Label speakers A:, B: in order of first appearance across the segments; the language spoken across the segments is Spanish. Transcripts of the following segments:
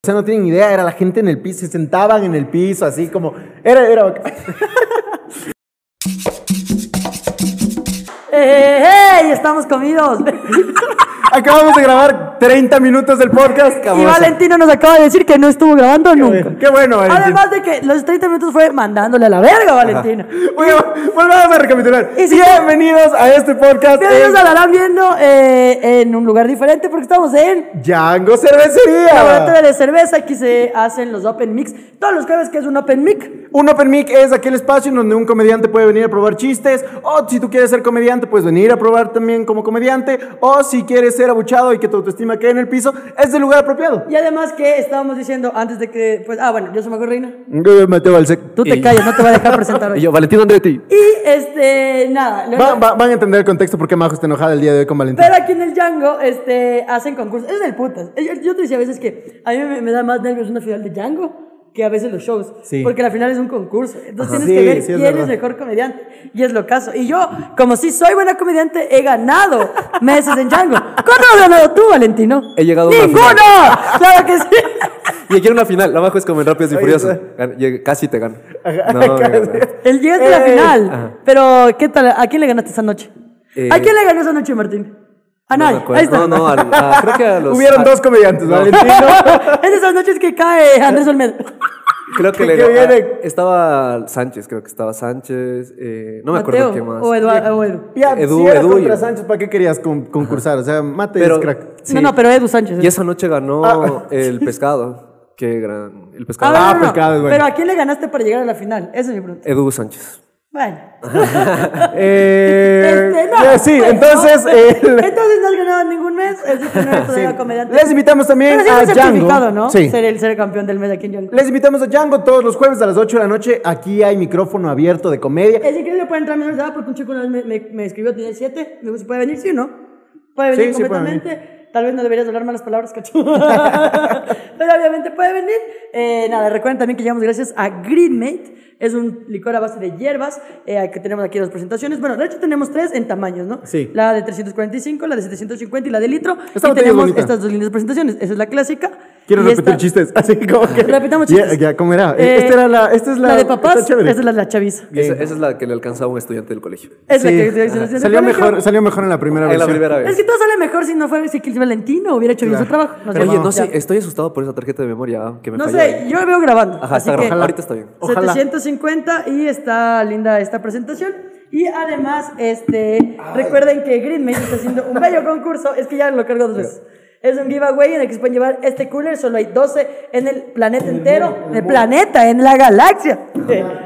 A: O sea, no tienen idea, era la gente en el piso, se sentaban en el piso, así como. Era, era. bacán.
B: ¡Ey, ey! eh, Estamos comidos.
A: Acabamos de grabar 30 minutos del podcast,
B: Y
A: cabrón.
B: Valentino nos acaba de decir que no estuvo grabando nunca.
A: Qué bueno, Valentín.
B: Además de que los 30 minutos fue mandándole a la verga, Valentino.
A: Bueno, volvamos a recapitular.
B: Y si-
A: Bienvenidos a este podcast.
B: Bienvenidos
A: en
B: a la viendo eh, en un lugar diferente porque estamos en
A: Django
B: laboratorio
A: Cervecería.
B: de cerveza. Aquí se hacen los open mix. Todos los jueves que es un open mix.
A: Un open mic es aquel espacio en donde un comediante puede venir a probar chistes. O si tú quieres ser comediante, puedes venir a probar también como comediante. O si quieres ser abuchado y que tu autoestima quede en el piso, es el lugar apropiado.
B: Y además que estábamos diciendo antes de que... Pues, ah, bueno, yo soy Mago Reina.
A: Mateo Balsec.
B: Tú te
C: Y-
B: callas, no te voy a dejar presentar
C: Y
B: hoy.
C: yo, Valentino Andretti.
B: Y este, nada. luego-
A: Va- va- van a entender el contexto por qué Majo está enojada el día de hoy con Valentín.
B: Pero aquí en el Django este, hacen concursos. Es del putas. Yo, yo te decía a veces que a mí me, me da más nervios una final de Django que a veces los shows.
A: Sí.
B: Porque la final es un concurso. Entonces
A: Ajá.
B: tienes
A: Sí,
B: que ver
A: sí, es
B: quién es,
A: verdad.
B: mejor comediante. Y es lo caso. Y yo, como sí soy buena comediante, he ganado meses en Django. ¿Cuánto has ganado tú, Valentino?
C: He llegado a una
B: ¡Ninguno! ¡Claro que sí!
C: Y aquí en una final, la bajo es como en Rápidos y
A: Ahí
C: Furiosos.
A: está.
C: Gan- lleg- Casi te gano.
A: Ajá,
C: No, me
A: casi.
C: ganaste.
B: El día de la
A: Ey.
B: final.
C: Eh, Ajá.
B: Pero, ¿qué tal? ¿A quién le ganaste esa noche?
C: Eh,
B: ¿A quién le ganó esa noche, Martín? A
C: No me
B: nadie.
C: acuerdo.
B: Ahí está.
C: No, no, al- a- Ah, creo que a los.
A: Hubieron
C: a-
A: dos comediantes,
C: No.
A: Valentino.
B: es de esas noches que cae Andrés Olmedo.
C: Creo que
A: ¿Qué-
C: le
A: qué
C: ganó-
A: viene?
C: ah, Estaba Sánchez, creo que estaba Sánchez. eh, no me acuerdo
B: Mateo
C: qué más.
B: o Eduardo. o Edu.
A: Ya,
C: Edu-
A: si era
C: Edu y-
A: contra Sánchez, ¿para qué querías con- concursar? O sea, mate es
C: Pero-
A: crack.
C: Sí.
B: No, no, pero Edu Sánchez.
C: Y esa noche ganó
A: Ah.
C: el pescado. Qué gran. El
B: A
C: pescado.
B: ver,
A: Ah,
B: no, no, no.
A: pescado es bueno.
B: Pero ¿a quién le ganaste para llegar a la final? Esa es mi pregunta.
C: Edu Sánchez.
B: Bueno.
A: Eh,
B: Este,
A: eh, sí,
B: pues,
A: entonces eh,
B: no.
A: el-
B: Entonces no has ganado ningún mes. Así que no eres todavía
A: sí.
B: comediante.
A: les invitamos también
B: Pero sí
A: a
B: es un
A: Django.
B: certificado, ¿no?
A: Sí.
B: Ser el ser campeón del mes aquí en Django.
A: Les invitamos a Django todos los jueves a las 8 de la noche. Aquí hay micrófono abierto de comedia.
B: Es increíble, puede entrar menores de edad porque un chico una vez me, me, me escribió, tiene siete. Me dijo, ¿sí ¿puede venir? Sí o no. Puede venir
A: Sí, sí puede
B: completamente. Tal vez no deberías hablar malas palabras, cacho. Pero obviamente puede venir. Eh, nada, recuerden también que llegamos gracias a Greenmate. Es un licor a base de hierbas eh, que tenemos aquí dos presentaciones. Bueno, de hecho tenemos tres en tamaños, ¿no?
A: Sí.
B: La de 345, la de 750 y la de litro.
A: Esta botella
B: y
A: es
B: tenemos
A: bonita.
B: estas dos líneas de presentaciones. Esa es la clásica.
A: Quiero
B: Y
A: repetir
B: esta-
A: chistes. Así como que.
B: Repitamos
A: Ya-
B: chistes.
A: Ya, ¿cómo era?
B: Eh,
A: esta, era la, esta es la.
B: de
A: está
B: papás,
A: chévere.
B: esa es la, la chaviza.
C: Esa, esa es la que le alcanzaba a un estudiante del colegio.
B: Es la
A: Sí.
B: que se- se- se- se-
A: salió,
B: se-
A: mejor, salió mejor en la primera
C: En la
A: versión.
C: primera
B: Es
C: vez.
B: que todo sale mejor si no fuera si que el Valentino hubiera hecho bien su
A: Claro.
B: trabajo. No sé,
C: Oye,
B: ya.
C: no sé, estoy asustado por esa tarjeta de memoria ah, que me
B: No
C: falló.
B: sé, yo veo grabando.
C: Ajá,
B: así
C: está
B: que
C: grabando. Ahorita está bien.
A: Ojalá.
B: 750 y está linda esta presentación. Y además, este, recuerden que Greenmate está haciendo un bello concurso. Es que ya lo cargo dos veces. Es un giveaway en el que se pueden llevar este cooler. Solo hay 12 en el planeta entero. En el planeta, en la galaxia.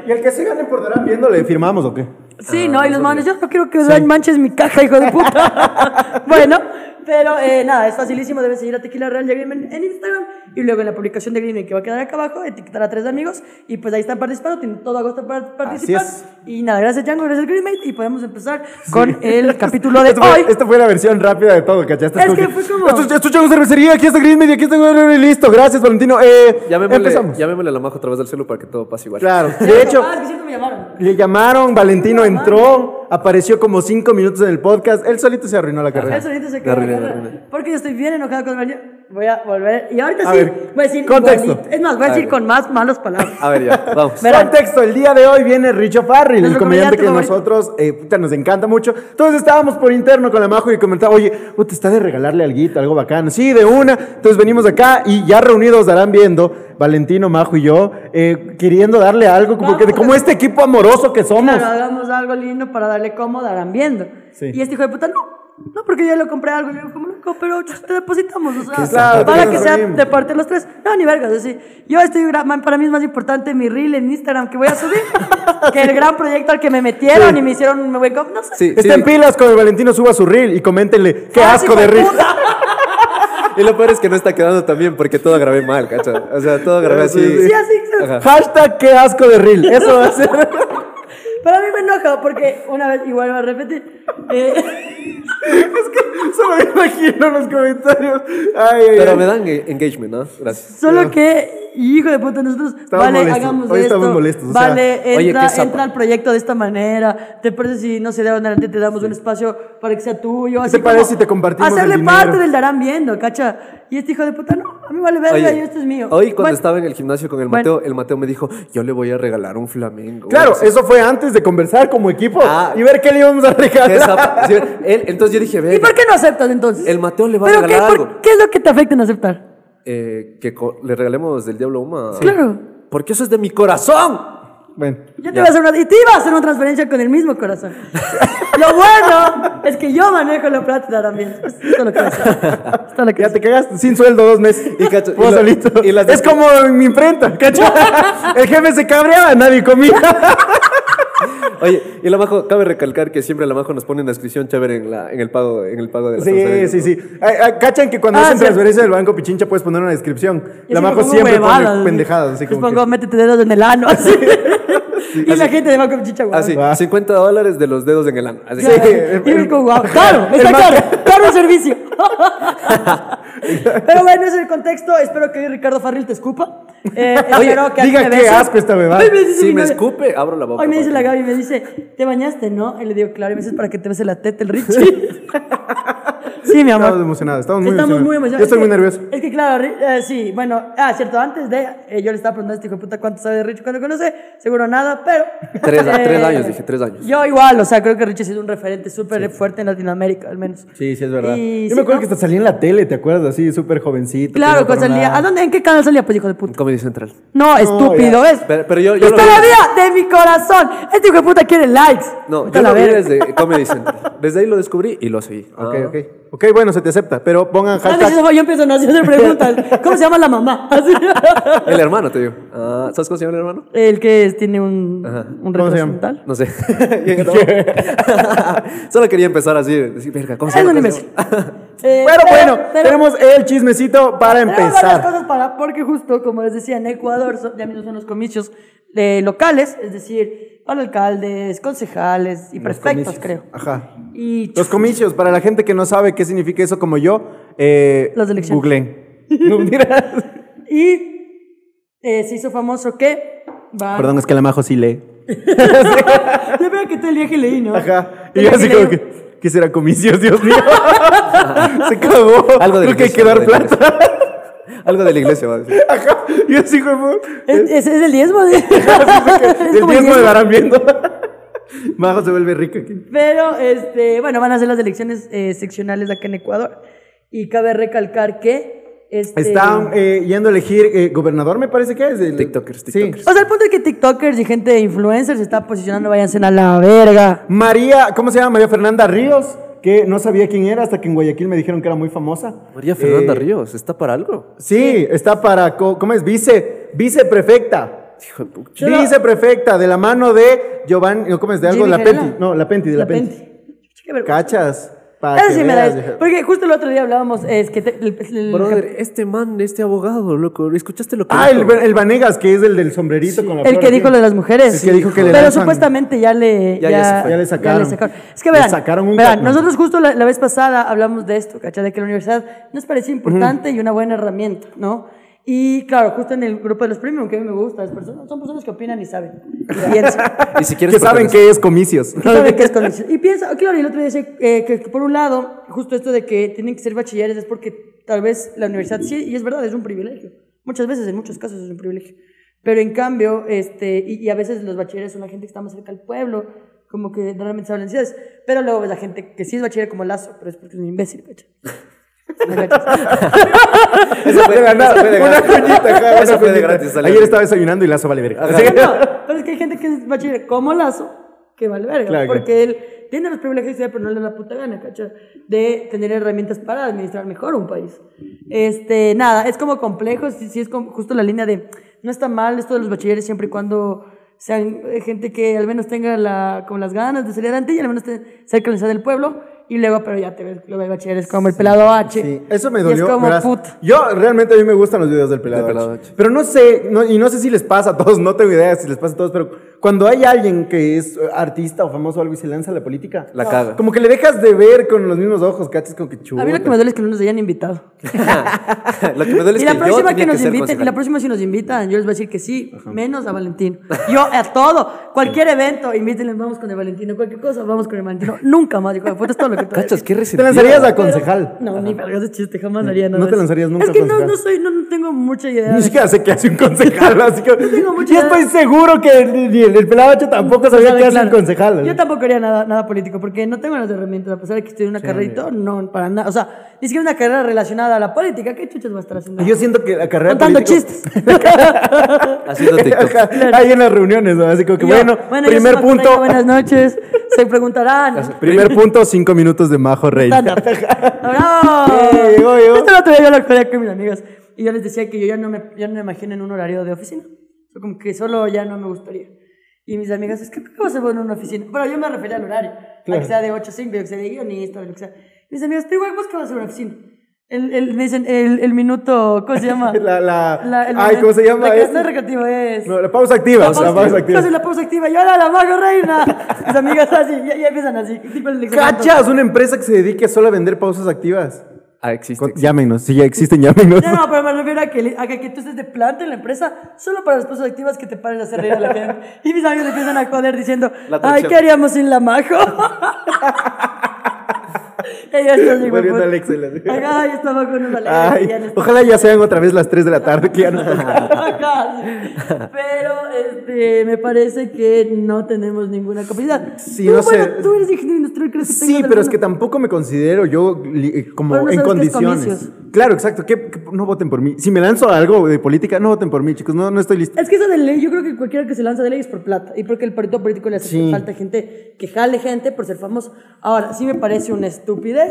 A: Y el que se gane por Darán viéndole, ¿firmamos o qué? Ah,
B: Sí, no, y los manos, yo no quiero que manches mi caja, hijo de puta. bueno, pero eh, nada, es facilísimo, deben seguir a Tequila Real y a Greenman en Instagram y luego en la publicación de Greenman que va a quedar acá abajo, etiquetar a tres amigos y pues ahí están participando, tienen todo agosto para participar.
A: es.
B: Y nada, gracias Django, gracias Greenmate y podemos empezar con el capítulo de
A: Esta fue,
B: hoy.
A: esta fue la versión rápida de todo, ¿cachaste?
B: Es
A: Como
B: que fue como-
A: Esto, esto es Chango cervecería, aquí está Green Media, aquí está... y Listo, gracias, Valentino. Eh,
C: Llamémosle,
A: empezamos.
C: llamémosle a la majo a través del celu para que todo pase igual.
A: Claro.
B: Sí,
A: De hecho,
B: ah, es que siempre me llamaron.
A: le llamaron, Valentino entró, apareció como cinco minutos en el podcast. Él solito se arruinó la
B: El
A: carrera.
B: sonido se
C: La
B: quedó
C: arruiné,
B: acá,
C: la arruiné.
B: Porque yo estoy bien enojado con Mario. Voy a volver. Y ahorita
A: A
B: sí,
A: ver,
B: voy a decir.
A: contexto.
B: igualito. Es más, voy a,
C: A
B: decir
C: ver.
B: con más malas palabras.
C: A ver, ya, vamos.
B: Verán.
A: Contexto, el día de hoy viene Richo Farrell, el
B: Nuestro
A: comediante que
B: comediante favorito.
A: nosotros eh, puta, nos encanta mucho. Entonces estábamos por interno con la Majo y comentaba, oye, puta, está de regalarle algo, algo bacano. Sí, de una. Entonces venimos acá y ya reunidos darán viendo, Valentino, Majo y yo, eh, queriendo darle algo, como, que, de- como este equipo amoroso que somos.
B: Claro, hagamos algo lindo para darle cómodo, harán viendo.
A: Sí.
B: Y este hijo de puta, no. No, porque yo ya le compré algo, le digo, como loco, pero ch- te depositamos, o sea,
A: Claro,
B: para
A: te
B: que sea
A: devolvimos.
B: de parte de los tres. No, ni vergas, así. Yo estoy, gra- man, para mí es más importante mi reel en Instagram que voy a subir que el gran proyecto al que me metieron y me hicieron un buen cop, no sé.
C: Sí, sí.
A: Estén pilas con el Valentino, suba su reel y coméntenle, qué
B: Ah,
A: asco
B: hijo
A: de reel.
B: puta.
C: Y lo peor es que no está quedando tan bien porque todo grabé mal, cacha. O sea, todo grabé así.
A: Sí,
B: sí, así.
C: Ajá.
A: Hashtag qué asco de reel. Eso va a ser.
B: Para mí me enoja porque una vez, igual voy a repetir, eh,
A: Solo me imagino en los comentarios. Ay, ay,
C: Pero
A: ay.
C: me dan e- engagement, ¿no? Gracias.
B: solo que hijo de puta, nosotros,
A: Estamos
B: vale,
A: molestos.
B: hagamos
A: Hoy
B: esto.
A: estamos molestos, o sea,
B: vale,
C: oye,
B: entra,
C: qué zapa.
B: entra al proyecto de esta manera. ¿Te parece si, no sé, de ahora en adelante te damos un espacio para que sea tuyo? Así
A: te
B: como
A: parece si te compartimos el
B: Hacerle
A: dinero?
B: parte del darán viendo, cacha. Y este hijo de puta, no, a mí vale verga, yo esto Este es mío.
C: Hoy cuando
B: Bueno,
C: estaba en el gimnasio con el
B: Bueno.
C: Mateo, el Mateo me dijo, yo le voy a regalar un flamenco.
A: Claro,
C: Así.
A: eso fue antes de conversar como equipo
C: Ah.
A: y ver qué le íbamos a
C: Qué
A: regalar.
C: zapa. Sí, él- entonces yo dije,
B: eh, ¿Y
C: venga,
B: por qué no aceptas entonces?
C: El Mateo le va a
B: ¿Pero
C: regalar
B: qué, por-
C: algo.
B: ¿Qué es lo que te afecta en aceptar?
C: eh, que co- le regalemos del Diablo Uma.
B: Claro.
C: Porque eso es de mi corazón.
A: Bueno,
B: Yo te iba a hacer una, y te iba a hacer una transferencia con el mismo corazón. lo bueno es que yo manejo la plata también. Esto es lo que hace. Esto es lo que
A: ya
B: hace.
A: te cagaste sin sueldo dos meses.
C: Y cacho-
A: Vos
C: y lo-
A: solito.
C: y las-
A: Es como en mi imprenta, ¿cacho? El jefe se cabreaba, nadie comía.
C: Oye, y la Majo, cabe recalcar que siempre la Majo nos pone una inscripción chévere en, la, en, el, pago, en el pago de la
A: Sí, sí, sí. Ay, ay, Cachan que cuando
B: Ah,
A: hacen
B: sí.
A: transferencia del banco Pichincha puedes poner una descripción.
B: Yo
A: La
B: siempre
A: Majo
B: pongo
A: siempre
B: huevadas,
A: pone
B: así.
A: pendejadas. Así
B: Les
A: como
B: pongo,
A: que-
B: métete dedos en el ano, así. y la gente de Banco Chicha, guau.
C: Así, 50 Ah, dólares de los dedos en el ano. Así.
A: Ah, Sí.
B: Y un co- guau. Claro,
A: El
B: está
A: más-
B: claro. Claro el servicio. Pero bueno, ese es el contexto. Espero que hoy Ricardo Farril te escupa. Eh, espero que
A: diga
B: alguien me
A: qué
B: bese.
A: asco esta bebada.
B: Ay, dice
C: Si
B: mi
C: me
B: novia-
C: escupe, abro la boca.
B: Hoy me dice
C: porque-
B: la Gaby, me dice, ¿te bañaste, no? Y le digo, claro, y me dices, para que te bese la teta el Richie. sí, mi amor.
A: Estamos emocionados, estamos muy
B: Estamos
A: emocionados.
B: muy emocionados.
A: Yo estoy muy
B: Es que-
A: nervioso.
B: Es que, claro, Ri- eh, sí, bueno, ah, cierto, antes de, eh, yo le estaba preguntando a este hijo de puta cuánto sabe de Richie, cuándo conoce, seguro nada, pero...
C: Tres- tres años, dije, tres años.
B: Yo igual, o sea, creo que Richie ha sido un referente súper fuerte en Latinoamérica, al menos.
C: Sí, sí, es
B: verdad.
C: verdad.
B: Y
A: Yo
B: sí,
A: me acuerdo
B: ¿no?
A: que hasta salía en la tele, ¿te acuerdas? Así, súper jovencito.
B: Claro,
A: que
B: cuando salía, ¿a dónde, en qué canal salía, pues, hijo de puta?
C: Comedy Central.
B: No, estúpido,
A: ya.
B: es.
C: Pero, pero yo, yo
B: es
C: lo vi-
B: todavía de mi corazón. Este hijo de puta quiere likes.
C: No,
B: Puta
C: yo
B: la
C: lo vi
B: verga. Ah,
C: desde Comedy Central. Desde ahí lo descubrí y lo seguí.
A: Ok,
C: Ah.
A: ok. Ok, bueno, se te acepta, pero pongan
B: Ah, dices,
A: hashtag.
B: "Oye, yo empiezo a hacer preguntas. ¿Cómo se llama la mamá? Así.
C: El hermano, te digo. Ah, ¿Sabes cómo se llama el hermano?
B: El que es- tiene un, un
A: ¿Cómo se
B: retraso
A: llama?
B: mental.
C: No sé. Solo quería empezar así. Decir, verga, ¿cómo se
B: Es
C: llama?
B: un
C: ¿Cómo se
B: imbécil.
C: llama?
B: Eh,
A: Pero bueno,
B: pero-
A: tenemos el chismecito para
B: Tenemos varias
A: empezar.
B: cosas para, porque justo, como les decía, en Ecuador son- ya mismo son los comicios eh, locales, es decir, para alcaldes, concejales y prefectos,
A: comicios.
B: creo.
A: Ajá.
B: Y
A: Los comicios, para la gente que no sabe qué significa eso como yo, eh,
B: Las elecciones.
A: googleen. No, mira.
B: Y eh, se hizo famoso que va.
A: Perdón, es que la majo sí lee.
B: Yo veo que todo el viaje leí, ¿no?
A: Ajá.
B: Todo
A: Y
B: el
A: yo
B: viaje
A: así como
B: leí.
A: que, ¿qué será comicios, Dios mío? Se cagó.
C: Algo de la
A: Creo que hay que
C: iglesia,
A: dar
C: algo de la
A: plata.
C: iglesia. Algo de la iglesia, va a decir.
A: Ajá. Y así como,
B: ¿Es,
A: ¿eh?
B: es, es el diezmo. De... Es
A: el
B: como el
A: diezmo de darán viendo. Majo se vuelve rica aquí.
B: Pero, este, bueno, van a ser las elecciones eh, seccionales acá en Ecuador. Y cabe recalcar que. Este,
A: Están eh, yendo a elegir eh, gobernador, me parece que es. el-
C: Tiktokers,
A: Sí.
C: tiktokers.
B: O sea, el punto es que TikTokers y gente de influencers se está posicionando, váyanse a la verga.
A: María, ¿cómo se llama? María Fernanda Ríos, que no sabía quién era hasta que en Guayaquil me dijeron que era muy famosa.
C: María Fernanda
A: Eh,
C: Ríos, ¿está para algo?
A: Sí, está para, co- ¿cómo es? Vice, viceprefecta.
C: Hijo de pucha.
B: Yo la-
A: Viceprefecta, de la mano de Giovanni, ¿no? ¿cómo es? De algo,
B: Jimmy
A: la Penti.
B: Varela.
A: No, la Penti, de la,
B: La
A: Penti.
B: penti. Qué vergüenza.
A: Cachas. Para
B: Eso
A: que
B: sí me da.
A: veas,
B: es-
A: vieja.
B: Porque justo el otro día hablábamos, es que. te- el- el-
C: Brother, este man, este abogado, loco, ¿escuchaste lo que
A: Ah, el,
C: dijo?
A: el Vanegas, que es el del sombrerito con la
B: El
A: flor
B: que
A: aquí.
B: dijo lo de las mujeres.
A: El que dijo que le
B: Pero
A: lanzan-
B: supuestamente ya le.
C: Ya- ya se fue.
A: Ya le sacaron.
B: Es que
A: Le
B: vean.
A: sacaron un
B: vean,
A: cuerno.
B: nosotros justo la, la vez pasada hablamos de esto, ¿cachai? De que la universidad nos parecía importante y una buena herramienta, ¿no? Y claro, justo en el grupo de los premium, que a mí me gusta, es personas- son personas que opinan y saben. Y piensan.
C: Y si quieres
A: Que saben
C: pertenecer-
A: que es comicios.
B: Que saben qué es condición. Y piensa, claro, y el otro día decía eh, que, que por un lado, justo esto de que tienen que ser bachilleres es porque tal vez la universidad, sí, y es verdad, es un privilegio. Muchas veces, en muchos casos, es un privilegio. Pero en cambio, este, y, y a veces los bachilleres son la gente que está más cerca del pueblo, como que realmente saben las necesidades. Pero luego ves la gente que sí es bachiller como Lazo, pero es porque es un imbécil, ¿cachai? ¿Me cachas?
C: Eso fue-
A: De la nada,
C: eso fue de
A: una
C: gratis.
A: coñita, ajá,
C: Eso
A: una
C: fue de
A: coñita.
C: gratis, salió.
A: Ayer estaba desayunando y lazo vale verga.
C: Ajá.
A: Así que-
B: No, pero es que hay gente que es bachiller como Lazo, que vale verga,
A: Claro,
B: porque él tiene los privilegios, pero no le da la puta gana, ¿cacha? De tener herramientas para administrar mejor un país. Este, nada, es como complejo, sí, sí es como justo la línea de, no está mal esto de los bachilleres siempre y cuando sean eh, gente que al menos tenga la, como las ganas de salir adelante y al menos esté cerca de la ciudad del pueblo. Y Y luego, pero ya te ves, luego el bachiller es como el pelado H.
A: Sí, eso me
B: Y
A: dolió.
B: es como
A: verás.
B: put.
A: Yo realmente a mí me gustan los videos del pelado,
C: Del pelado
A: H.
C: H.
A: Pero no sé, no- y no sé si les pasa a todos, no tengo idea si les pasa a todos, pero cuando hay alguien que es eh, artista o famoso o algo y se lanza a la política,
C: La caga.
A: como que le dejas de ver con los mismos ojos, cachas, como que chulo.
B: A mí lo que me duele es que no nos hayan invitado.
C: lo que me duele es
B: y la
C: que yo
B: próxima
C: tenía
B: que nos
C: ser
B: inviten, y la
C: concejal.
B: próxima si nos invitan, yo les voy a decir que sí, menos a Valentín. Yo a todo, cualquier evento, invítenle, vamos con el Valentino, cualquier cosa, vamos con el Valentino. Nunca más, hijo de puta, es todo lo que te voy a decir.
C: Cachas, qué
A: ¿Te
C: resentido.
A: lanzarías a concejal?
B: No, ni vergas de chiste, jamás haría nada.
A: No
B: de
A: te
B: eso.
A: lanzarías nunca
B: Es que
A: a
B: no,
A: concejal.
B: no soy, no, no tengo mucha idea.
A: Ni
B: de-
A: siquiera sé qué hace un concejal, así que
B: tengo mucha
A: yo
B: idea.
A: estoy seguro que ni ni el, el pelado H tampoco
B: Pues,
A: sabía
B: a
A: qué
B: ver,
A: hace un
B: claro,
A: concejal.
B: Yo tampoco haría nada, nada político, porque no tengo las herramientas, a pesar de que estoy en una carrera y todo, no, para nada. O sea, ni siquiera una carrera relacionada a la política, ¿qué chuchas va a estar haciendo?
A: Yo siento que la carrera
B: Contando
A: política-
B: chistes.
C: Haciendo TikTok.
A: Ajá, Ahí en las reuniones, ¿no? así como que
B: Yo,
A: bueno,
B: yo
A: primer
B: soy Majo
A: punto,
B: Reina, buenas noches. Se preguntarán.
A: primer punto, cinco minutos de Majo Rey.
B: Estándar. ¡Bravo!
A: Yeah, llegó, llegó.
B: Esto el otro día yo lo creé con mis amigas. Y yo les decía que yo ya no me, ya no me imagino en un horario de oficina. O sea, como que solo ya no me gustaría. Y mis amigas, es que ¿cómo se pone en una oficina? Bueno, yo me refería al horario. A que sea de 8 a 5, a que sea de guionista, a que sea. Mis amigas, pero igual vos qué vas a hacer en una oficina. El, el, me dicen, el, el minuto, ¿cómo se llama?
A: La, la,
B: La-
A: ay,
B: el momento-
A: ¿cómo se llama?
B: La que
A: Es-
B: está recreativa es.
A: no, la pausa activa, o sea, la pausa
B: Hacen
A: activa.
B: la pausa activa y ahora la mago reina. Mis amigas así, ya, ya empiezan así. Tipo el experimento.
A: ¿Cachas una empresa que se dedique solo a vender pausas activas?
C: Ah, existe.
A: Con- Llámenos, si ya existen, llámenos.
B: No, no, pero me refiero a que, a que, que tú estés de planta en la empresa solo para las pausas activas que te paren a hacer reír a la gente. Y mis amigos empiezan a joder diciendo, ay,
C: La atracción.
B: ¿qué haríamos sin la majo? y ya está, llegó
A: Volviendo al Excel, así.
B: Acá ya está majo, no vale.
A: Ay,
B: ya no está.
A: ojalá ya sean otra vez las 3 de la tarde, que ya no
B: Ajá. Pero este, me parece que no tenemos ninguna capacidad.
A: Sí,
B: Pero
A: no sé.
B: bueno, tú eres ingeniero industrial, crees que
A: Sí,
B: tengas
A: pero es
B: alguna-
A: que tampoco me considero yo li- eh, como
B: Pero no
A: en
B: sabes qué es
A: condiciones.
B: comicios.
A: Claro, exacto. ¿qué- qué- no voten por mí. Si me lanzo a algo de política, no voten por mí, chicos. No, no estoy listo.
B: Es que eso de ley, yo creo que cualquiera que se lanza de ley es por plata y porque el partido político le hace
A: Sí.
B: falta gente que jale gente por ser famoso. Ahora, sí me parece una estupidez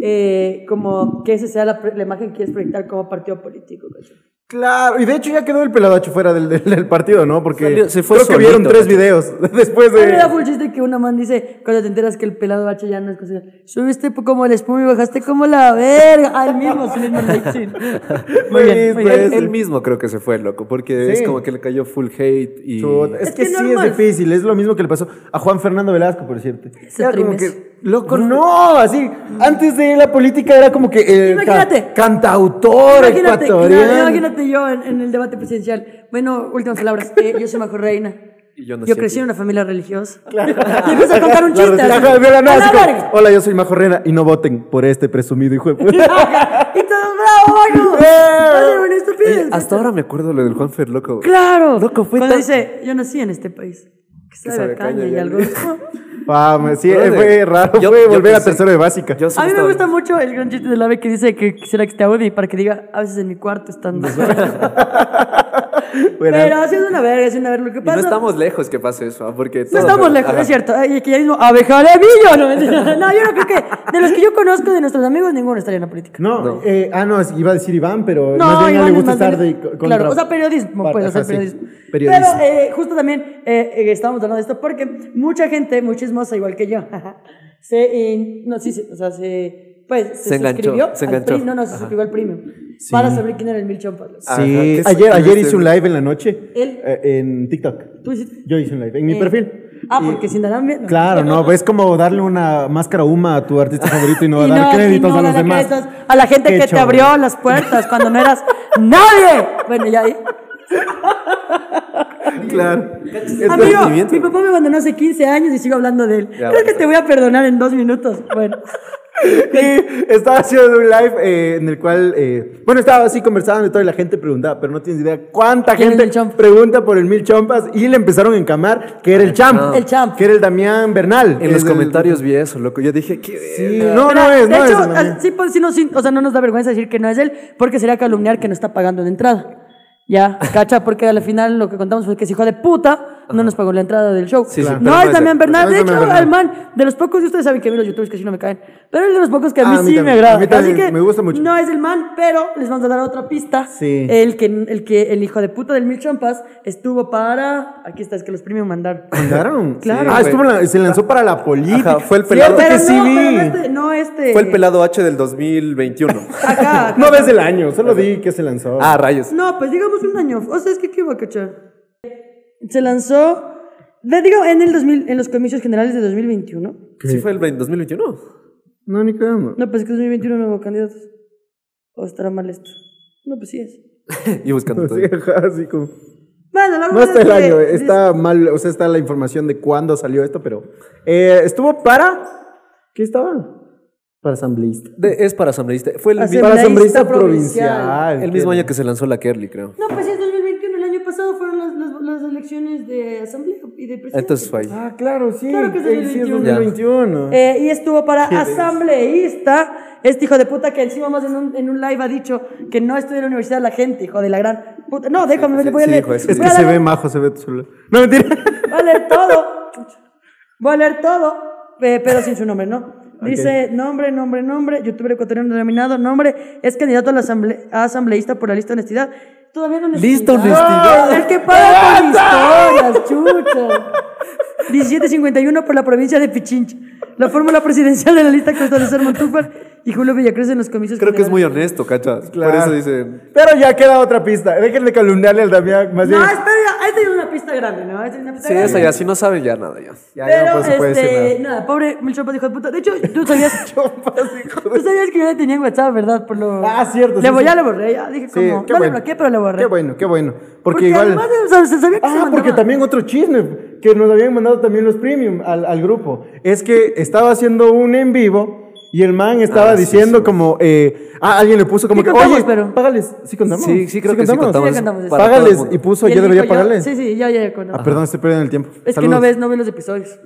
B: eh, como que esa sea la, pre- la imagen que quieres proyectar como partido político. cacho.
A: Claro, y de hecho ya quedó el peladacho fuera del, del- del partido, ¿no? Porque
C: Salió- se fue
A: creo que
C: solito,
A: vieron tres
C: macho.
A: videos después
B: A mí me da
A: de...
B: full chiste que una man dice, cuando te enteras que el pelado H ya no es cosa, subiste po- como el espuma y bajaste como la verga. Al mismo, sin el mismo like, sí. Muy bien, Pues, muy
A: Listo,
B: bien.
A: es-
C: Él, él mismo creo que se fue, loco, porque
A: pues. Sí.
C: es como que le cayó full hate y...
A: Chuta, Es,
B: Es
A: que,
B: que
A: sí
B: normal.
A: es difícil, es lo mismo que le pasó a Juan Fernando Velasco, por cierto.
B: Ese trimes.
A: loco, no, así, antes de la política era como que eh, ca-
B: Imagínate.
A: cantautor
B: Imagínate, claro,
A: ecuatoriano.
B: imagínate yo en, en el debate presidencial. Bueno, últimas palabras. Eh, yo soy Majo Reina.
C: Y yo nací
B: crecí
C: aquí.
B: en una familia religiosa. Y empiezo a contar un
A: Claro,
B: chiste.
A: sí,
B: así,
A: ajá, mira, no,
B: a
A: así
B: la
A: como,
B: verga.
A: Hola, yo soy Majo Rena y no voten por este presumido hijo de puta.
B: y todos, bravo, Majo. Oye, bueno, estupidez.
C: Oye, hasta ahora me acuerdo lo del Juanfer, loco.
B: Claro.
C: Loco, fue
B: Cuando
C: tan-
B: dice, yo nací en este país. Que sabe, a caña, y algo.
A: Vamos, sí,
C: Brother,
A: fue raro,
C: yo-
A: fue
C: yo
A: volver a
C: pensé-
A: tercero de básica.
C: Yo sí
B: A mí me
C: estaba-
B: gusta mucho el gran chiste del ave que dice que quisiera que esté Audi para que diga, a veces en mi cuarto están dos.
A: Bueno,
B: Pero sí es una verga, es una verga. Lo que
C: Y no
B: pasa
C: estamos lejos que pase eso, ¿ah? porque...
B: No
C: todo-
B: estamos lejos,
C: Ajá.
B: es cierto. Ay, que ya mismo, abejarevillo. No, mentira. no, yo no creo que. De los que yo conozco, de nuestros amigos, ninguno estaría en la política.
A: No,
C: No.
A: eh, ah, no, es- iba a decir Iván, pero
B: No,
A: más bien a él
B: Iván
A: le
B: es
A: gusta
B: más bien-
A: estar de. co- contra-
B: Claro, o sea, periodismo,
A: Par-
B: pues, o sea,
A: ajá, sí.
B: periodismo.
A: Periodismo.
B: Pero eh, justo también eh, eh, estábamos hablando de esto porque mucha gente, muy chismosa, igual que yo, se. eh, no, sí, sí, o sea, se. Pues se,
C: Se enganchó,
B: suscribió.
C: se
B: al
C: enganchó.
B: Pri- no, no, se suscribió al premium. Para saber quién era el Mil Chompas.
C: Ah,
A: sí,
C: ajá, que-
A: ayer,
C: que
A: ayer
C: este-
A: hice un live en la noche
B: Él.
A: eh, en TikTok.
B: ¿Tú hiciste?
A: Yo hice un live en mi
B: Eh,
A: perfil.
B: Ah, porque sin darán bien.
A: Claro, no, es como darle una máscara huma a tu artista favorito y no
B: Y
A: dar
B: no,
A: créditos
B: y no
A: a los
B: dar
A: demás.
B: créditos a la gente
A: Qué
B: que te
A: chorro.
B: abrió las puertas cuando no eras nadie. Bueno, ya ahí.
A: Claro. Es
B: Amigo,
C: rendimiento.
B: mi papá me abandonó hace 15 años y sigo hablando de él.
C: Ya,
B: Creo que
C: bueno.
B: te voy a perdonar en dos minutos. Bueno.
A: Y estaba haciendo un live eh, en el cual, eh, bueno, estaba así conversando y toda la gente preguntaba, pero no tienes idea cuánta
B: ¿Quién es
A: gente
B: el Chompa?
A: pregunta por el Mil Chompas y le empezaron a encamar que era el Champ.
B: El Champ.
A: Que era el Damián Bernal.
C: Ah, En los
A: El-
C: comentarios vi eso, loco. Yo dije, ¿qué?
A: Sí, no,
B: Pero,
A: no es,
B: de
A: no
B: hecho,
A: es. Damián.
B: ah, sí, pues, sí, no, sí, o sea, no nos da vergüenza decir que no es él, porque sería calumniar que no está pagando de entrada. Ya, cacha, porque al final lo que contamos fue que ese hijo de puta no nos pagó la entrada del show.
C: Sí, sí, pero
B: no
C: no es
B: es
C: de-
B: Damián Bernard.
A: no es
B: De
A: Damián
B: hecho,
A: Bernard.
B: el man, de los pocos, y ustedes saben que a mí los youtubers casi no me caen, pero es de los pocos que a
A: Ah,
B: mí,
A: a mí
B: sí
A: también,
B: me
A: a
B: agrada.
A: mí también,
B: Así que
A: me gusta mucho.
B: No es el man, pero les vamos a dar otra pista.
A: Sí.
B: El que el, que el hijo de puta del Mil Champas estuvo para. Aquí está, es que los premios mandaron.
A: ¿Mandaron?
B: Claro.
A: Ah,
C: Sí,
A: estuvo en la- se lanzó para la política.
C: Ajá, fue el
A: Cierto
C: pelado.
A: que
B: Pero no,
A: sí
B: pero
A: vi.
B: no este. No, este
C: Fue el pelado H del 2021.
B: Acá.
A: No ves el año, solo di que se lanzó.
C: ah, rayos.
B: No, pues digamos un año. O sea, es que qué iba a cachar. Se lanzó, le digo, en el 2000, en los comicios generales de 2021.
C: Sí fue el 20- 2021.
A: No, ni cagando.
B: No, pues es que 2021 no hubo candidatos. O estará mal esto. No, pues sí es.
C: Y buscando todo.
A: Sí, ajá, así como-
B: Bueno, la
A: No
B: verdad
A: está el
B: es que-
A: año, está mal, o sea, está la información de cuándo salió esto, pero eh, estuvo para ¿Qué estaba? Para asambleísta.
C: De- es para asambleísta. Fue el,
B: Así-
C: mi-
A: Para
B: Asambleísta
A: asambleísta provincial.
B: provincial.
C: el mismo año que se lanzó la Kerly, creo.
B: No, pues sí es 2021. El año pasado fueron las, las- las elecciones de asamblea y de presidente.
C: Entonces fue ahí.
A: Ah, claro, sí.
B: Claro que es
A: eh, sí,
B: 2021.
A: 2021.
B: Eh, y estuvo para asambleísta. Este hijo de puta que encima más en un, en un live ha dicho que no estudia en la universidad la gente, hijo de la gran puta. No, déjame,
C: sí,
B: voy a
C: sí,
B: leer.
C: hijo, eso
A: es
C: sí.
B: voy
A: que
B: a
A: se
B: leer-
A: ve majo, se ve tu celular. No, mentira.
B: Voy a leer todo. Voy a leer todo, eh, pero sin su nombre, ¿no? Dice nombre, nombre, nombre, youtuber ecuatoriano denominado, nombre, es candidato a la asamble- a asambleísta por la lista honestidad. Todavía no honestidad.
C: Lista honestidad.
B: ¡No! El que paga con historias, chucho. 1751 por la provincia de Pichincha. La fórmula presidencial de la lista con establecer Montúfar y Julio Villacruz en los comicios.
C: Creo que es muy
B: generales.
C: honesto, cachas. Por
A: Claro.
C: eso dicen.
A: Pero ya queda otra pista. Dejen de calumniarle al Damián más bien.
B: No, espera, esta es una pista grande, ¿no? Esta es una pista
C: Sí,
B: grande.
C: esa ya, si no saben ya nada ya.
A: Ya, ya
B: Pero,
A: no se puede
B: este,
A: decir
B: nada. pobre Mil Chompas, hijo de puta. De hecho, tú sabías,
A: nada.
B: tú sabías que yo le tenía en WhatsApp, ¿verdad? Por lo...
A: Ah, cierto,
B: Le
A: sí,
B: voy,
A: sí.
B: ya le borré, ya dije
A: Sí,
B: como, no le
A: bueno.
B: bloqueé, pero le borré.
A: Qué bueno, qué bueno. Porque,
B: Porque
A: igual.
B: además, o sea, se sabía que se
A: Ah, porque
B: mandaba.
A: también otro chisme que nos habían mandado también los premium al, al grupo. Es que estaba haciendo un en vivo y el man estaba
C: Ah,
A: diciendo como. Eh, ah, alguien le puso como
B: Sí
A: que.
B: contamos,
A: Oye,
B: pero-
A: págales. Sí, contamos.
C: Sí, sí, creo que sí contamos.
B: Sí, contamos eso.
C: Para todo el
A: Págales
C: mundo.
A: y puso,
B: Y él
A: yo debería
B: dijo,
A: pagarles.
B: Sí, sí, ya, ya, ya. con-
A: Ah, perdón, estoy perdiendo el tiempo.
B: Es que
A: Saludos.
B: no ves, no ves los episodios.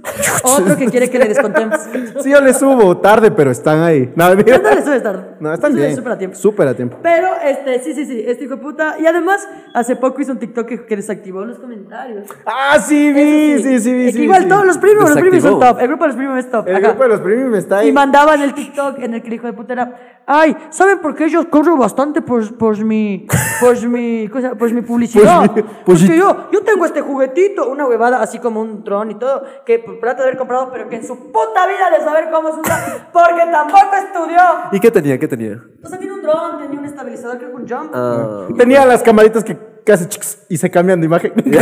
B: Otro que quiere que le descontemos.
A: Sí, yo les subo tarde, pero están ahí. No, mira.
B: ¿Cuándo le subes tarde?
A: No, están
B: Eso ya
A: bien.
B: es súper a tiempo.
A: Súper a tiempo.
B: Pero, este, sí, sí, sí, este hijo de puta. Y además, hace poco hizo un TikTok que, que desactivó los comentarios.
A: Ah, sí, vi, sí, sí, vi.
B: Es que
A: sí,
B: igual
A: sí.
B: todos los primos, los primos son
C: Desactivó.
B: top. El grupo de los primos es top.
A: El
B: Ajá.
A: grupo de los premium está ahí.
B: Y mandaban el TikTok en el que el hijo de puta era, ay, ¿saben por qué yo corro bastante por, por mi, por mi, cosa, por mi publicidad?
A: Pues mi- pues
B: Porque
A: sí.
B: yo, yo tengo este juguetito, una huevada así como un dron y todo, que por plata de haber comprado, pero que en su puta vida de saber cómo se usa, porque tampoco estudió.
C: ¿Y qué tenía? ¿Qué tenía?
B: O sea, tiene un dron, tenía un estabilizador, creo que un jump.
C: Ah,
A: Tenía las camaritas que casi chics y se cambian de imagen.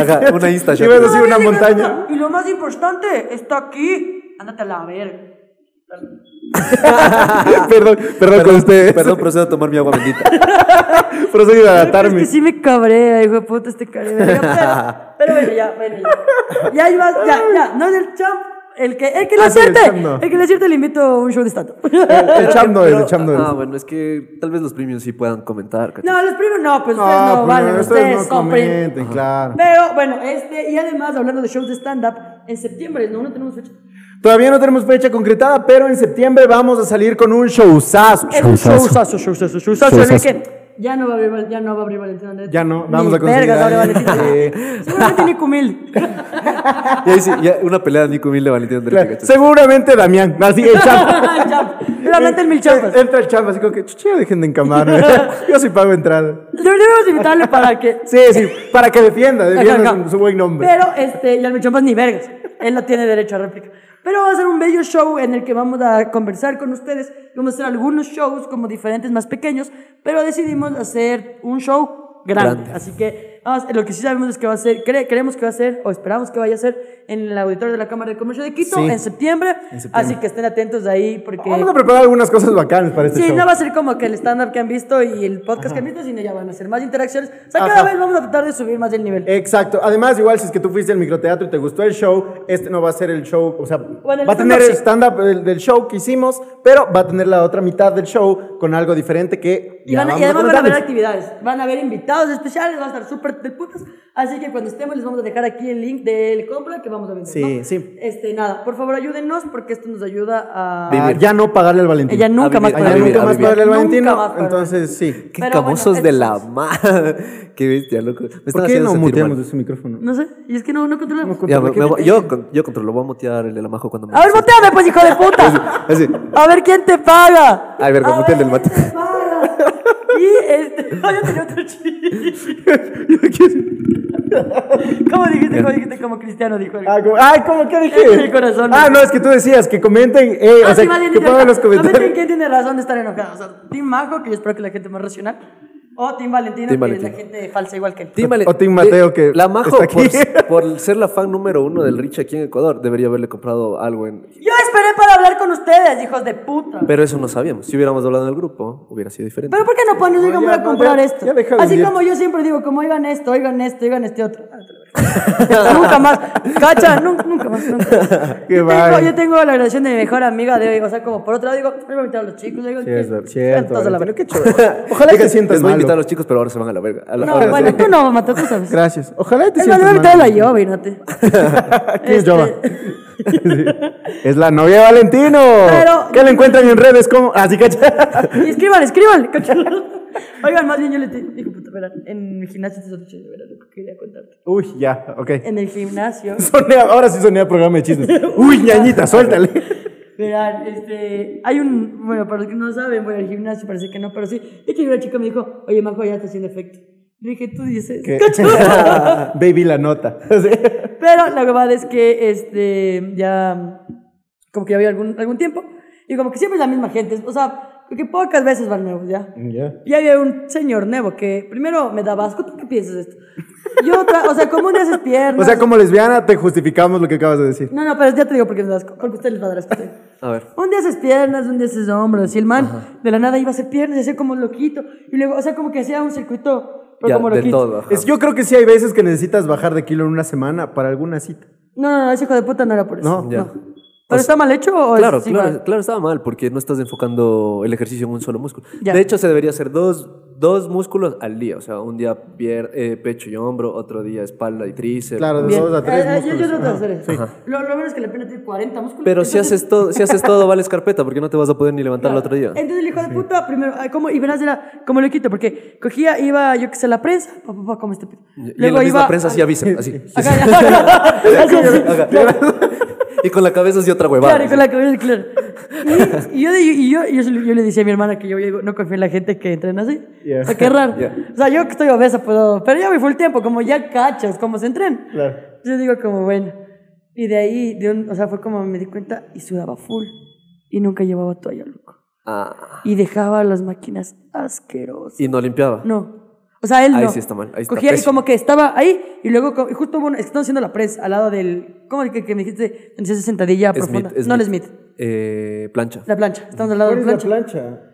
C: Ajá, una Insta
A: Y ves así una
B: Todavía el hijo de
A: montaña.
B: puta, Y lo más importante, está aquí. Ándate a la verga.
A: perdón, perdón con ustedes.
C: Perdón, procedo a tomar mi agua bendita.
A: Procedo a
B: Es
A: adaptarme.
B: que sí me cabrea, hijo de puta, este cabreo. Pero, pero bueno, ya, bueno, ya. Ya hay más, ya, ya. No es el champ. El que, el que le
A: Ah, sí, el
B: acierte.
A: champ no.
B: El que le acierte le invito a un show de stand
A: El cham no es, el
C: Pero-
A: cham no es.
C: Ah, bueno, es que tal vez los premios sí puedan comentar, cachas.
B: No, los primos no, pues ustedes no,
A: pues,
B: valen,
A: ustedes
B: ustedes,
A: no
B: son primos.
A: comenten, claro.
B: Pero bueno, este, y además, hablando de shows de stand-up, en septiembre, no, no tenemos fecha.
A: Todavía no tenemos fecha concretada, pero en septiembre vamos a salir con un showzazo.
B: Es un showzazo, showzazo, showzazo, en el que ya no va a abrir, Val- ya no va a abrir Valentina Andrés.
A: Ya no, vamos a conseguir
B: Verga,
A: a
B: no abre
A: alguien
B: Valentina.
A: que-
B: Seguramente Nico Mil.
C: Y ahí sí, ya una pelea de Nico Mil de Valentín Andrés.
A: Claro,
C: cachas.
A: Seguramente Damián, así el Eh, cham.
B: Pero hablante el Mil Champas.
A: Entra el cham, así como que, chucha, dejen de encamar. ¿eh?". Yo sí pago entrada.
B: Deberíamos invitarle para que.
A: Sí, sí, para que defienda,
B: Ajá,
A: defienda
B: ajá.
A: su, su buen nombre.
B: Pero este, y al Mechompas ni vergas. Él no tiene derecho a réplica. Pero va a ser un bello show en el que vamos a conversar con ustedes. Vamos a hacer algunos shows como diferentes, más pequeños. Pero decidimos hacer un show grande.
C: Grande.
B: Así que vamos, lo que sí sabemos es que va a ser, cre- creemos que va a ser, o esperamos que vaya a ser, en el auditorio de la Cámara de Comercio de Quito
A: Sí.
B: en, septiembre. Así que estén atentos ahí porque.
A: Vamos a preparar algunas cosas bacanas para este
B: Eh, Sí,
A: show.
B: no va a ser como que el stand-up que han visto y el podcast que han visto, sino ya van a ser más interacciones. O sea, cada
A: Ajá.
B: vez vamos a tratar de subir más el nivel.
A: Exacto. Además, igual si es que tú fuiste al microteatro y te gustó el show, este no va a ser el show, o sea,
B: Bueno, el
A: va a tener el
B: stand-up sí.
A: stand-up del, del show que hicimos, pero va a tener la otra mitad del show con algo diferente que que.
B: Y,
A: ya
B: van a- y
A: vamos
B: además van a haber
A: contarles.
B: actividades, van a haber invitados especiales, va a estar súper de putas. Así que cuando estemos les vamos a dejar aquí el link del compra que vamos a vender.
A: Sí,
B: ¿no?
A: sí.
B: Este, nada, por favor ayúdenos porque esto nos ayuda a...
A: Ah, ya no pagarle al Valentín.
B: Ella nunca
C: A
B: más
A: Ah, ya
C: vivir,
B: pagará.
C: a vivir,
A: nunca
C: a
A: más
C: vivir.
A: pagarle al
B: Nunca
A: Valentín.
B: más pagará.
A: Entonces, sí.
C: Qué
B: Pero
C: cabozos
B: bueno,
C: de
B: eso
C: la
B: es.
C: madre. Qué bestia, loco. Me están
A: ¿Por qué
C: haciendo
A: no
C: sentir mal.
A: muteamos ese micrófono?
B: No sé, y es que no, no controlamos.
A: No
C: Ya, me-
A: ¿Por
C: me Ah.
A: qué
C: voy- yo, con- yo controlo, voy a mutear el de la majo cuando me.
B: A ver, boteame pues, hijo de puta.
C: Así.
B: A ver quién te paga.
C: Ay, verga,
B: A
C: mutea
B: ver,
C: el del mate.
B: ¿quién te paga? Y este. Ay, yo tenía otro chiste. ¿Cómo dijiste? ¿Cómo dijiste? Como cristiano dijo el.
A: Ah, como- Ay, ¿cómo que dije?
B: El corazón.
A: Ah, no, es que tú decías que comenten. eh,
B: Ah,
A: o sea,
B: sí, más bien,
A: que
B: dice
A: pongan
B: acá,
A: los
B: comenten
A: comentarios.
B: quién tiene razón de estar enojado. O sea, Tim Majo, que yo espero que la gente más racional. O Tim Valentino,
C: Team
B: que
C: Valentino.
B: es la gente falsa igual que él.
C: Tim Ale-
A: o Tim Mateo,
C: eh,
A: que
C: La majo,
A: está aquí.
C: Por, por ser la fan número uno del Rich aquí en Ecuador, debería haberle comprado algo en.
B: Yo esperé para hablar con ustedes, hijos de puta.
C: Pero eso no sabíamos. Si hubiéramos hablado en el grupo, hubiera sido diferente.
B: Pero ¿por qué no pones, oigan,
A: ya,
B: voy a
A: no,
B: comprar
A: ya,
B: esto?
A: ya deja de
B: Así
A: hundirte.
B: como yo siempre digo, como oigan esto, oigan esto, oigan este otro. Ah, te lo- nunca más, cacha, nunca, nunca más, nunca.
A: Qué
B: yo, tengo,
A: vago.
B: yo tengo la relación de mi mejor amiga de hoy, o sea, como por otro lado digo, voy a invitar a los chicos, oigan, que-
A: Cierto,
B: sean todos a la
A: Valentín,
B: verga.
A: qué chévere. Ojalá te
C: Les-
A: sientas
C: Les voy a invitar a
A: mal.
C: los chicos, pero ahora se van a la verga. A la-
B: No,
C: ahora se-
B: bueno, tú no, Mato, tú sabes.
A: Gracias. Ojalá te
B: Es más,
A: sientas
B: voy a
A: mal.
B: invitar a la Yoba, Inate.
A: ¿Quién es
B: Este-
A: Jova? Es la novia de Valentino.
B: Pero-
A: ¿Qué la encuentran en redes? ah, ¿Cómo? Así que.
B: Y escriban, escriban. cacha. Oigan, más bien yo le te- digo, puta, verán, en mi gimnasio te de verán lo que quería contarte.
A: Uy, ya, ok.
B: En el gimnasio.
A: Sonea- ahora sí sonea programa de chistes. Uy, ñañita, suéltale.
B: Verán, este, hay un, bueno, para los que no saben, voy al gimnasio, parece que no, pero sí. Es que una chica me dijo, oye, Majo, ya está haciendo efecto. Le dije, tú dices.
A: Que-
B: "Cacho".
A: Baby la nota. Sí.
B: Pero la verdad es que, este, ya, como que ya había algún, algún tiempo, y como que siempre es la misma gente, o sea, porque pocas veces van nuevos, ya.
A: Ya.
B: Y había un señor nuevo que primero me daba asco, ¿tú qué piensas de esto? Yo, tra- o sea, como un día haces piernas.
A: O sea, como lesbiana, te justificamos lo que acabas de decir.
B: No, no, pero ya te digo por qué me da asco, porque usted les va a dar asco. sí.
C: A ver.
B: Un día haces piernas, un día haces hombros. Y el man de la nada iba a hacer piernas, y hacía como loquito. Y luego, o sea, como que hacía un circuito, pero
C: Ya,
B: como
C: de
B: loquito.
C: todo, ajá.
A: Es, yo creo que sí hay veces que necesitas bajar de kilo en una semana para alguna cita.
B: No, no, no, ese hijo de puta no era por eso.
A: No,
B: No,
C: ya.
B: ¿Pero está mal hecho o es-
C: Claro,
B: sí,
C: claro,
B: va?
C: claro, estaba mal porque no estás enfocando el ejercicio en un solo músculo.
B: Ya.
C: De hecho, se debería hacer dos, dos músculos al día. O sea, un día pier- eh, pecho y hombro, otro día espalda y tríceps.
A: Claro, de
B: Bien.
A: dos a
B: Eh,
A: tres.
B: eh, yo, yo
A: músculos.
B: trato de hacer eso. Lo, lo bueno es que la pena tiene 40 músculos.
C: Pero si
B: entonces-
C: haces, todo, si haces todo, vale escarpeta porque no te vas a poder ni levantar el otro día.
B: Entonces el hijo de puta, primero, ay, ¿cómo? y verás, era como loquito, porque cogía, iba, yo que sé, a la prensa, pa, pa, pa, como este.
C: Y en la misma prensa así avisa, así.
B: Acá, acá, acá, así, así.
C: y con la cabeza así otra huevada.
B: Claro, y con la cabeza, claro. Y, y yo, de- y yo, y yo, se lo- yo le decía a mi hermana que yo llego- no confío en la gente que entrena así.
A: Yeah.
B: O sea, qué raro.
C: Yeah.
B: O sea, yo que estoy obesa, puedo, pero ya me fue el tiempo, como ya cachas, como se entrena.
A: Claro.
B: Yo digo como, bueno. Y de ahí, de un- o sea, fue como me di cuenta y sudaba full. Y nunca llevaba toalla, loco.
C: Ah,
B: Y dejaba las máquinas asquerosas.
C: y no limpiaba.
B: No. O sea, él
C: Ahí
B: no.
C: sí está mal, ahí está
B: Cogía y
C: pésimo.
B: como que estaba ahí y luego co- y justo hubo una- es que estaban haciendo la press al lado del ¿cómo el que, que me dijiste? Donde se hace sentadilla profunda. no el Smith.
C: Eh, plancha.
B: La plancha. Estamos al lado de la
A: ¿Cuál es
B: plancha.
A: la plancha?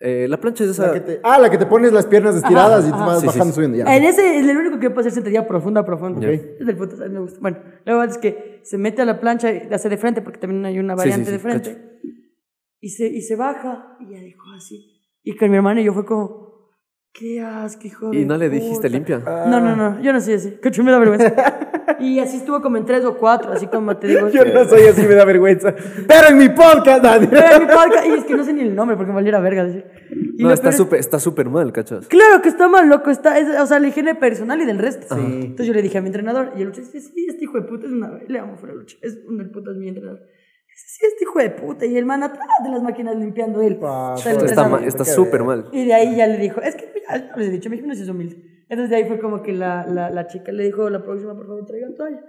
C: Eh, la plancha es esa.
A: La que te- ah, la que te pones las piernas estiradas y te vas
C: Sí, sí,
A: bajando
C: sí.
A: subiendo. Ya.
B: En ese es el único que puede hacer sentadilla profunda, profunda.
C: Ya.
B: Es del puto, a mí me gusta. Bueno, la verdad es que se mete a la plancha y la hace de frente porque también hay una
C: Sí, sí,
B: variante
C: sí,
B: de frente. Y se, y se baja y ya dejó así. Y con mi hermano y yo fue como, qué asco, hijo
C: Y
B: de
C: no le
B: puta".
C: dijiste
B: Ah,
C: limpia.
B: No, no, no, yo no soy así. Cacho, me da vergüenza. y así estuvo como en tres o cuatro, así como te digo.
A: Yo no soy así, me da vergüenza. Pero en mi podcast, Daniel.
B: Pero en mi podcast- y es que no sé ni el nombre porque me valiera verga decir. Y
C: No,
B: lo
C: está
B: peor es-
C: súper está súper mal, cachas.
B: Claro que está mal, loco. Está, es- o sea, la higiene personal y del resto. Entonces yo le dije a mi entrenador, y el lucha dice, sí, este hijo de puta es una... Le amo fuera lucha. Es un el puta es mi entrenador. Dice, sí, este hijo de puta. Y el man atrás de las máquinas limpiando él.
A: Ah,
B: O sea, el
A: pobre.
C: Está
B: entrenador.
C: ma- está súper mal.
B: Y de ahí ya le dijo, es que ya les he dicho, mi gimnasio es humilde. Entonces de ahí fue como que la, la, la chica le dijo, la próxima por favor traigan toalla.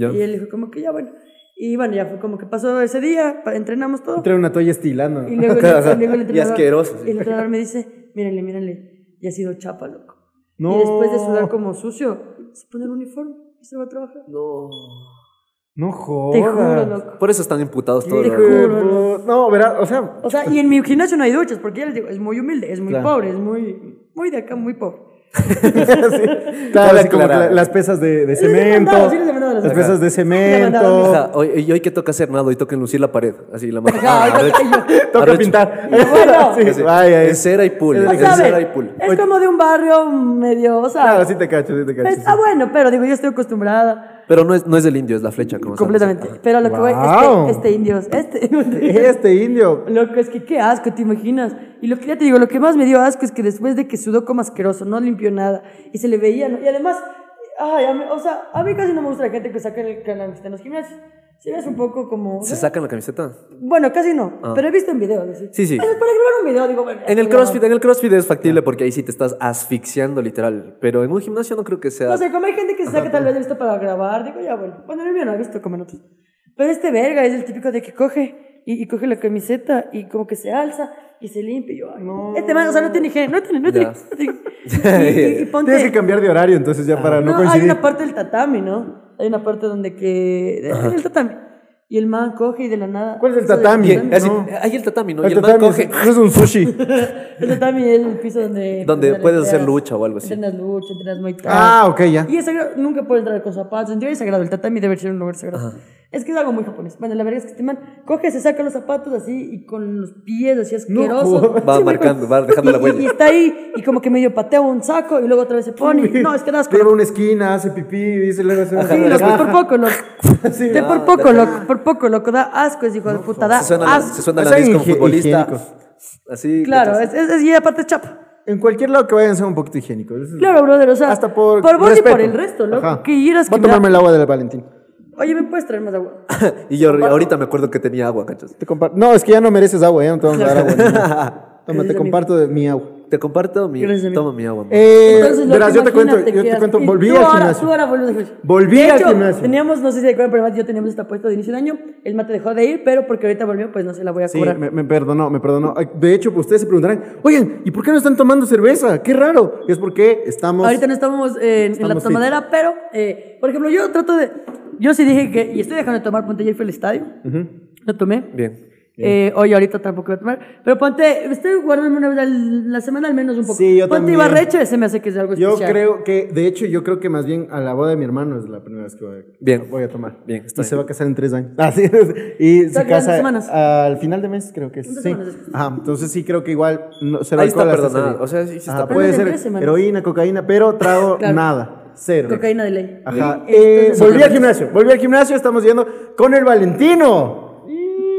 C: Ya.
B: Y él dijo como que ya bueno. Y bueno, ya fue como que pasó ese día, pa- entrenamos todo.
A: Trae una toalla estilando.
B: Y luego, el-
C: Claro,
B: luego el
C: y
B: entrenador,
C: asqueroso, sí.
B: el entrenador me dice, mírenle, mírenle, y ha sido chapa, loco.
A: No.
B: Y después de sudar como sucio, se pone el uniforme y se va a trabajar.
A: No jodas.
B: Te juro, loco.
C: Por eso están imputados todos.
A: Te
C: los-
A: juro. No, verás, o sea,
B: O sea, y en mi gimnasio no hay duchas, porque ya les digo, es muy humilde, es muy pobre, es muy, muy de acá, muy pobre.
A: Sí, claro,
C: Cabe
A: así como
C: aclarar.
A: la- las pesas de, de
B: Sí les he mandado,
A: cemento.
B: sí les he mandado las
A: Las
B: pesas.
A: pesas de
B: he mandado,
A: cemento.
C: Ajá, hoy, y hoy que toca hacer nada, hoy toca lucir la pared. Así la Ah, mano.
B: Ajá, hoy toca-
A: Toca
C: Arrecho.
A: pintar.
B: Y bueno.
A: Sí,
C: Así,
A: vaya,
C: es cera y pool.
A: Es
B: O
C: Es
B: sea, a
C: cera y
B: ver,
C: pool.
B: es como de un barrio medio, o sea,
A: Claro, sí te cacho, sí te cacho.
B: está bueno, pero digo, yo estoy acostumbrada
C: Pero no es, no es del indio, es la flecha. Como
B: completamente.
C: sabes.
B: Pero lo que voy,
A: Wow.
B: este, este indio, este,
A: Este indio.
B: Loco, es que qué asco, ¿te imaginas? Y lo que ya te digo, lo que más me dio asco es que después de que sudó como asqueroso, no limpió nada y se le veía, ¿no? Y además, ay, a mí- o sea, a mí casi no me gusta la gente que saca el canal en los gimnasios. Si ves un poco como.
C: ¿Se sacan la camiseta?
B: Bueno, casi no, pero he visto en videos. así.
C: Sí, sí.
B: Ay, Para grabar un video, digo, bueno.
C: En el
B: ya.
C: CrossFit, en el CrossFit es factible porque ahí sí te estás asfixiando literal. Pero en un gimnasio no creo que sea.
B: No sé, como hay gente que se saca tal vez esto para grabar, digo, ya bueno. Bueno, en el mío no he visto como en otros. Pero este verga es el típico de que coge y, y coge la camiseta y como que se alza y se limpia. Y yo, ay, Este man, o sea, no tiene higiene, no tiene, no tiene.
C: Ya.
B: no tiene. Y- y- y ponte- Ah.
A: Tienes que cambiar de horario entonces ya para no
B: no, hay
A: coincidir.
B: una parte del tatami, ¿no? Hay una parte donde que. en el tatami. Y el man coge y de la nada.
A: ¿Cuál es el
B: Eso de-
A: tatami?
C: Bien, así,
A: No.
C: Ahí el tatami, ¿no?
A: El
C: y el man
A: tatami
C: coge.
A: Este es, es un sushi.
B: El tatami es el piso donde.
C: Donde
B: donde
C: puedes hacer
B: entrenas-
C: lucha o algo así.
B: Entrenas lucha, entrenas muay thai.
A: ah, ok, ya.
B: Y es sagrado, nunca puede entrar con zapatos. En teoría es sagrado, el tatami debe ser un lugar sagrado. Es que es algo muy japonés. Bueno, la verdad es que este man coge, se saca los zapatos así y con los pies así asqueroso.
A: joder.
C: Va
B: Sí,
C: marcando, va dejando
B: y-
C: la huella.
B: Y, y está ahí y como que medio patea un saco y luego otra vez se pone. y- no, es que das
A: Lleva una esquina, hace pipí, dice luego hace una
B: Sí, loco,
A: cagada.
B: por poco, loco.
A: Sí,
B: De por poco, loco, por poco, loco. Da asco ese hijo de puta, da
C: Se suena, la-
B: asco.
C: se suena la
A: Hacen
C: nariz como
A: higie-
C: futbolista.
A: higiénicos.
C: Así.
B: Claro,
C: cachas.
B: es, es, es- y aparte es chapa.
A: En cualquier lado que vayan sea un poquito higiénico. Es-
B: Claro, brother, o sea,
A: Hasta por.
B: vos
A: respeto.
B: y por el resto, loco.
A: Ajá.
B: Que hieras
A: Voy
B: que
A: a
B: me da-
A: tomarme el agua del Valentín.
B: Oye, ¿me puedes traer más agua?
C: y yo ahorita me acuerdo que tenía agua, cachas.
A: Te compar- No, es que ya no mereces agua, ya no te vamos a dar agua. ni- Toma, te
B: amigo.
A: comparto de mi agua.
C: Te comparto mi.
B: Gracias, amigo.
C: Toma mi agua. mi-
A: Eh,
B: Entonces, loco,
A: verás, yo te cuento,
B: imagínate
A: yo
B: que
A: te
B: eras-
A: cuento,
B: y
A: volví
B: tú
A: al
B: ahora-
A: gimnasio.
B: tú ahora volvimos al gimnasio.
A: Volví
B: De
A: al
B: hecho,
A: gimnasio.
B: Teníamos, no sé si se acuerdan, pero Mati y yo teníamos esta apuesta de inicio de año. El mate dejó de ir, pero porque ahorita volvió, pues no se la voy a
A: Sí,
B: cobrar.
A: me, me perdonó, me perdonó. Ay, De hecho, pues, ustedes se preguntarán, oigan, ¿y por qué no están tomando cerveza? Qué raro. Y es porque estamos.
B: Ahorita no estamos eh, en- en la
A: Estamos
B: tomadera, pero, eh, por ejemplo, yo trato de. Yo sí dije que. Y estoy dejando de tomar, ponte, ayer fui al estadio. Lo tomé.
C: Bien.
B: Eh, hoy ahorita tampoco voy a tomar. Pero ponte, estoy guardándome una vez al- la semana al menos un poco.
A: Sí, yo
B: ponte
A: también.
B: Ibarreche, se me hace que es algo
A: Yo
B: especial.
A: creo que, de hecho, yo creo que más bien a la boda de mi hermano es la primera vez que voy a,
C: Bien.
A: voy a tomar.
C: Bien,
A: y
C: está
A: se va a casar en tres años. Así es. Y
B: Está
A: se
B: quedando
A: casa
B: semanas.
A: al final de mes, creo que es. Sí.
B: semanas después.
A: Ajá, entonces sí creo que igual no, será
C: Ahí está
A: alcohol hasta
C: perdonado,
A: salir.
C: o sea, sí, sí está
A: Ajá,
C: perdonado.
A: puede
B: En tres
A: ser
B: semanas.
A: heroína, cocaína, pero trago
B: Claro.
A: nada. Cero.
B: Cocaína de ley.
A: Ajá.
B: Y- entonces-
A: Eh, volví al gimnasio. Volví al gimnasio. Estamos yendo con el Valentino.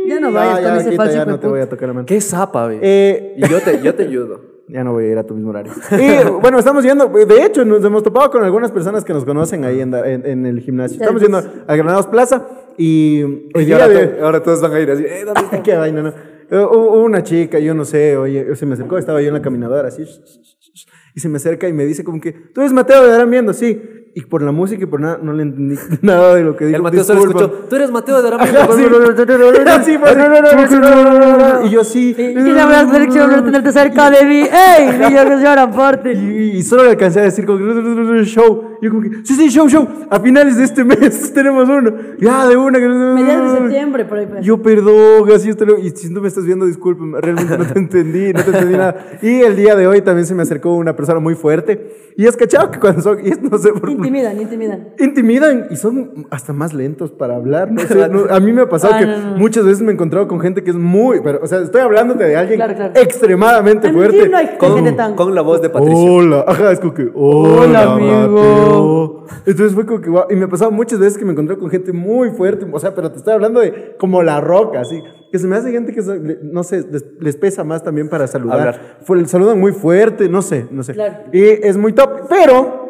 B: Ya no
A: Ah,
B: vayas
A: ya,
B: con ese
A: quita,
B: falso
A: ya
B: hijo de
A: no te voy
B: puta.
A: a tocar la mano.
C: Qué zapa, güey.
A: Eh,
C: Y yo te, yo te ayudo.
A: ya no voy a ir a tu mismo horario. Y bueno, estamos yendo. De hecho, nos hemos topado con algunas personas que nos conocen ahí en, da- en- en el gimnasio.
B: Ya,
A: Estamos
B: pues.
A: yendo al Granados Plaza y hoy
C: Y
A: día
C: ahora,
A: de-
C: to- ahora todos van a ir así. Eh, ¿dónde está?
A: Qué vaina, ¿no? Eh, Hubo una chica, yo no sé, oye, se me acercó, estaba yo en la caminadora, así, sh- sh- sh- sh, y se me acerca y me dice como que, tú eres Mateo de Darán Viendo, sí. Y por la música y por nada, no le entendí nada de lo que dijo.
C: El Mateo solo
A: disculpa.
C: escuchó. Tú eres Mateo de Aramio.
B: Ah,
A: Ajá, sí. Sí, pues, no, no, no, no, Y yo sí.
B: Y ya habrás seleccionado volver a tenerte cerca de mí. ¡Ey! Niño que lloran por ti.
A: Y, y solo le alcancé a decir como que, show. Y yo como que, sí, sí, show, show. A finales de este mes tenemos uno. Ya, de una. que-
B: Mediados de septiembre, por ahí. pues.
A: Yo perdón, así hasta luego. Y si no me estás viendo, discúlpame, realmente no te entendí, no te entendí nada. Y el día de hoy también se me acercó una persona muy fuerte. Y es cachado que cuando son, y es- no sé por
B: Intimidan, intimidan.
A: Intimidan y son hasta más lentos para hablar. No sé, no- a mí me ha pasado
B: Ah,
A: que
B: no, no, no.
A: muchas veces me he encontrado con gente que es muy. Pero, o sea, estoy hablándote de alguien
B: Claro, claro.
A: extremadamente
B: En mi
A: fuerte.
B: team no hay gente
C: Con,
B: tan.
C: con la voz de Patricio.
A: Hola, ajá, es como que, hola,
B: Hola, amigo.
A: Mateo. Entonces fue como que, guau, y me ha pasado muchas veces que me encontré con gente muy fuerte, o sea, pero te estoy hablando de como la roca, así, que se me hace gente que, so- le- no sé, les, les pesa más también para saludar.
C: Hablar.
A: Fue- saludan muy fuerte, no sé, no sé.
B: Claro.
A: Y es muy top, pero...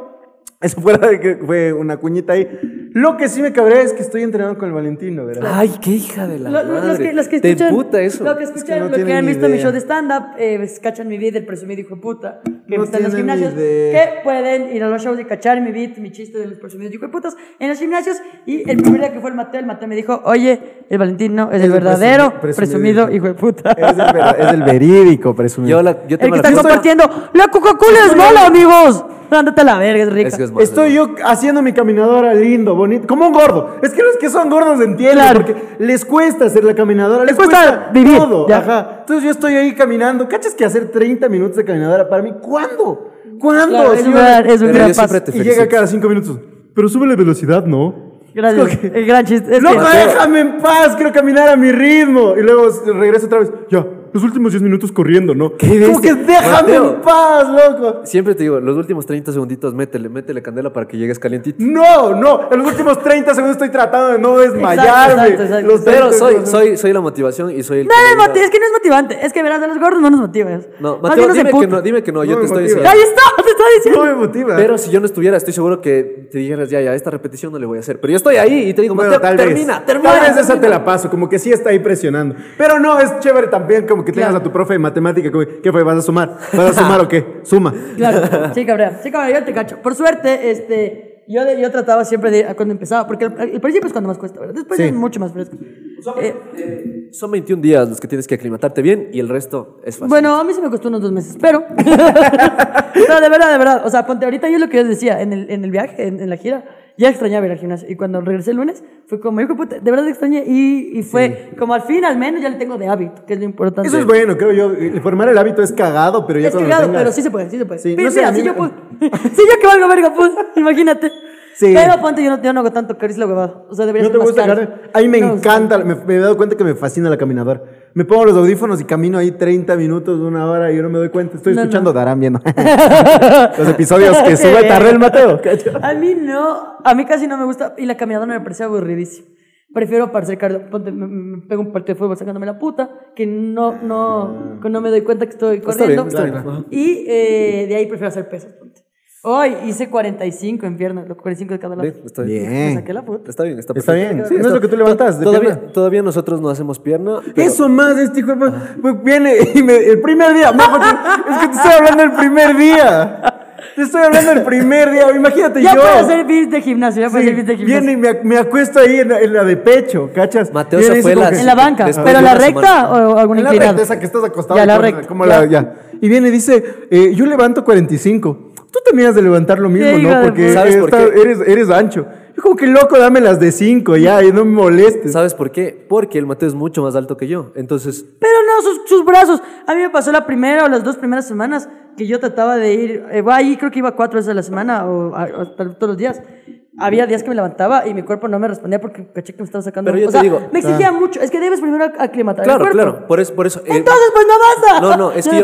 A: Eso fuera de que fue una cuñita ahí. Lo que sí me cabrea es que estoy entrenando con el Valentino, ¿verdad?
B: Ah,
C: Ay, qué hija de la
B: Lo- lo-
C: madre.
B: los, que, los que
C: Te
B: escuchan.
C: emputa eso.
B: Lo que
A: que
B: escuchan,
A: no
B: lo que
A: tienen
B: han
A: ni
B: visto en mi
A: idea.
B: show de stand-up, eh, pues, cachan mi vida, el presumido hijo de puta. Que
A: No
B: está en los
A: tienen ni
B: gimnasios.
A: idea.
B: Que pueden ir a los shows y cachar mi beat, mi chiste de los presumidos hijo de putas en los gimnasios. Y el primer día que fue el Mateo, el Mateo me dijo: Oye, el Valentino es,
A: Es el
B: el verdadero
A: presumi-
B: presumido,
A: presumido hijo.
B: hijo de puta.
A: Es, el, ver- es el verídico, presumido.
C: Yo, la, yo
B: el
C: tengo
B: que
C: la
B: está
C: culpa.
B: compartiendo. La Coca-Cola es mala, amigos. Ándate a la verga, es rica.
C: Es que es más.
A: Estoy yo haciendo mi caminadora lindo, bonito, como un gordo. Es que los que son gordos entienden,
B: Claro.
A: porque les cuesta hacer la caminadora, les,
B: Les cuesta vivir,
A: todo.
B: ya.
A: Ajá. Entonces yo estoy ahí caminando. ¿Cachas que hacer 30 minutos de caminadora para mí? ¿Cuándo? ¿Cuándo?
B: Claro, es
A: Sí,
B: un
A: vale.
B: gran- es un
C: Pero
B: gran
C: yo siempre
B: paso.
C: te
A: y llega cada cinco minutos. Pero sube la velocidad, ¿no?
B: Gracias.
A: Es como que,
B: El gran chiste. es
A: Loco,
B: que-
A: déjame en paz, quiero caminar a mi ritmo. Y luego s- regreso otra vez. Ya, los últimos 10 minutos corriendo, ¿no?
C: ¿Qué
A: Como que
C: bestia?
A: déjame
C: Mateo.
A: en paz, loco.
C: Siempre te digo, los últimos 30 segunditos, métele, métele candela para que llegues calientito.
A: No, no, en los últimos 30 segundos estoy tratando de no desmayarme.
B: exacto, exacto.
A: Los
C: Pero
A: 30
C: soy,
A: segundos-
C: soy, soy la motivación y soy el.
B: No,
C: que
B: no,
C: le
B: no,
C: diga-
B: es que no es motivante. Es que verás, a los gordos no nos motivas.
C: No,
B: Más
C: Mateo,
B: bien nos
C: dime que
B: emputa.
C: no, dime que no, yo
A: No
C: te
A: me
C: estoy
A: motiva.
C: diciendo.
B: Ahí está, te está diciendo.
A: No me motiva.
C: Pero si yo no estuviera, estoy seguro que te dijeras, ya, ya, esta repetición no le voy a hacer. Pero yo estoy ahí y te digo,
A: Bueno,
C: Mateo,
A: tal
C: termina,
A: vez.
C: termina.
A: Tal vez esa
C: termina".
A: te la paso, como que sí está ahí presionando. Pero no, es chévere también como que tengas
B: Claro.
A: a tu profe de matemática, como, ¿qué fue? ¿Vas a sumar? ¿Vas a sumar o qué? Suma.
B: Claro, sí, cabrón. Sí, cabrón, yo te cacho. Por suerte, este, yo, de- yo trataba siempre de ir cuando empezaba, porque el, el principio es cuando más cuesta, ¿verdad? Después
A: Sí.
B: es mucho más fresco. Eh,
C: Son 21 días los que tienes que aclimatarte bien y el resto es
A: Pues
C: fácil.
B: bueno, a mí sí me costó unos dos meses, pero. pero de verdad, de verdad. O sea, ponte ahorita, yo lo que les decía en el, en el viaje, en, en la gira, ya extrañaba ir al gimnasio. Y cuando regresé el lunes, fue como, hijo de puta, de verdad extrañé. Y, y fue como al fin, al menos ya le tengo de hábito, que es lo importante.
A: Eso es bueno, creo yo. El Formar el hábito es cagado, pero ya
B: Es
A: cuando
B: cagado,
A: tengas-
B: pero sí se puede, sí se puede.
A: Sí,
B: Pero
A: no sé,
B: mira,
A: a mí
B: si yo
A: me-
B: pude. si yo que valgo verga pude, imagínate.
A: Sí.
B: Pero ponte, yo no, yo no hago tanto caris la huevada. O sea,
A: ¿No
B: debería ser
A: te
B: más
A: gusta
B: caro.
A: caminar? A mí me
B: No me gusta.
A: encanta, me, me he dado cuenta que me fascina la caminadora. Me pongo los audífonos y camino ahí 30 minutos, una hora, y yo no me doy cuenta. Estoy
B: No,
A: escuchando Darán viendo los episodios que
B: Qué
A: sube
B: bien.
A: tarde el Mateo.
B: A mí no, a mí casi no me gusta. Y la caminadora me parece aburridísima. Prefiero para hacer cardio. Ponte, me, me- me pego un partido de fútbol sacándome la puta, que no, no, que no me doy cuenta que estoy
A: Pues
C: Está bien,
B: corriendo.
C: está bien. Ajá.
B: Y eh, de ahí prefiero hacer pesas, ponte. Hoy hice 45 en piernas, los 45 de cada lado.
C: Sí, está bien.
B: Me
A: pues Bien.
B: saqué la puta.
C: Está bien, está
A: Está
C: perfecto.
A: bien. No es lo que tú levantas de pierna.
C: Todavía, todavía nosotros no hacemos pierna. pero-
A: Eso más, este hijo de pu- pues viene y me- el primer día, majo, que- es que te estoy hablando del primer día. Te estoy hablando del primer día, imagínate
B: Ya
A: yo.
B: puedo hacer beats de gimnasio, ya puedo
A: Sí,
B: hacer beats de gimnasio.
A: viene y me, ac- me acuesto ahí en la, en la de pecho, ¿cachas?
C: Mateo
A: Viene
C: se
A: y
C: fue
A: dice como
C: las-
A: que-
B: En la banca,
C: Después
B: pero
C: de
B: la
C: una
B: recta
C: semana.
B: o alguna
A: En la recta
B: inclinada.
A: esa que estás acostado.
B: Ya, la
A: con-
B: recta,
A: como
B: ya.
A: la- ya. Y viene y dice, eh, yo levanto 45. Tú también has de levantar lo mismo,
B: Sí, hijo
A: ¿no?
B: de
A: Porque
B: puta.
C: ¿Sabes por
A: estás-
C: qué?
A: Eres, eres ancho. Yo como que loco, dame las de 5 ya, y no me molestes.
C: ¿Sabes por qué? Porque el Mateo es mucho más alto que yo. Entonces,
B: Pero no, sus, sus brazos. A mí me pasó la primera o las dos primeras semanas que yo trataba de ir. eh, bueno, ahí creo que iba cuatro veces a la semana o a- o tal- todos los días. Había días que me levantaba y mi cuerpo no me respondía porque caché que me estaba sacando.
C: Pero yo
B: o
C: te
B: sea,
C: digo- ah.
B: me exigía mucho. Es que debes primero ac- aclimatar.
C: claro,
B: el cuerpo.
C: claro. Por eso, por eso. eh,
B: Entonces, pues no basta.
C: No, no, es
B: Ya
C: que yo-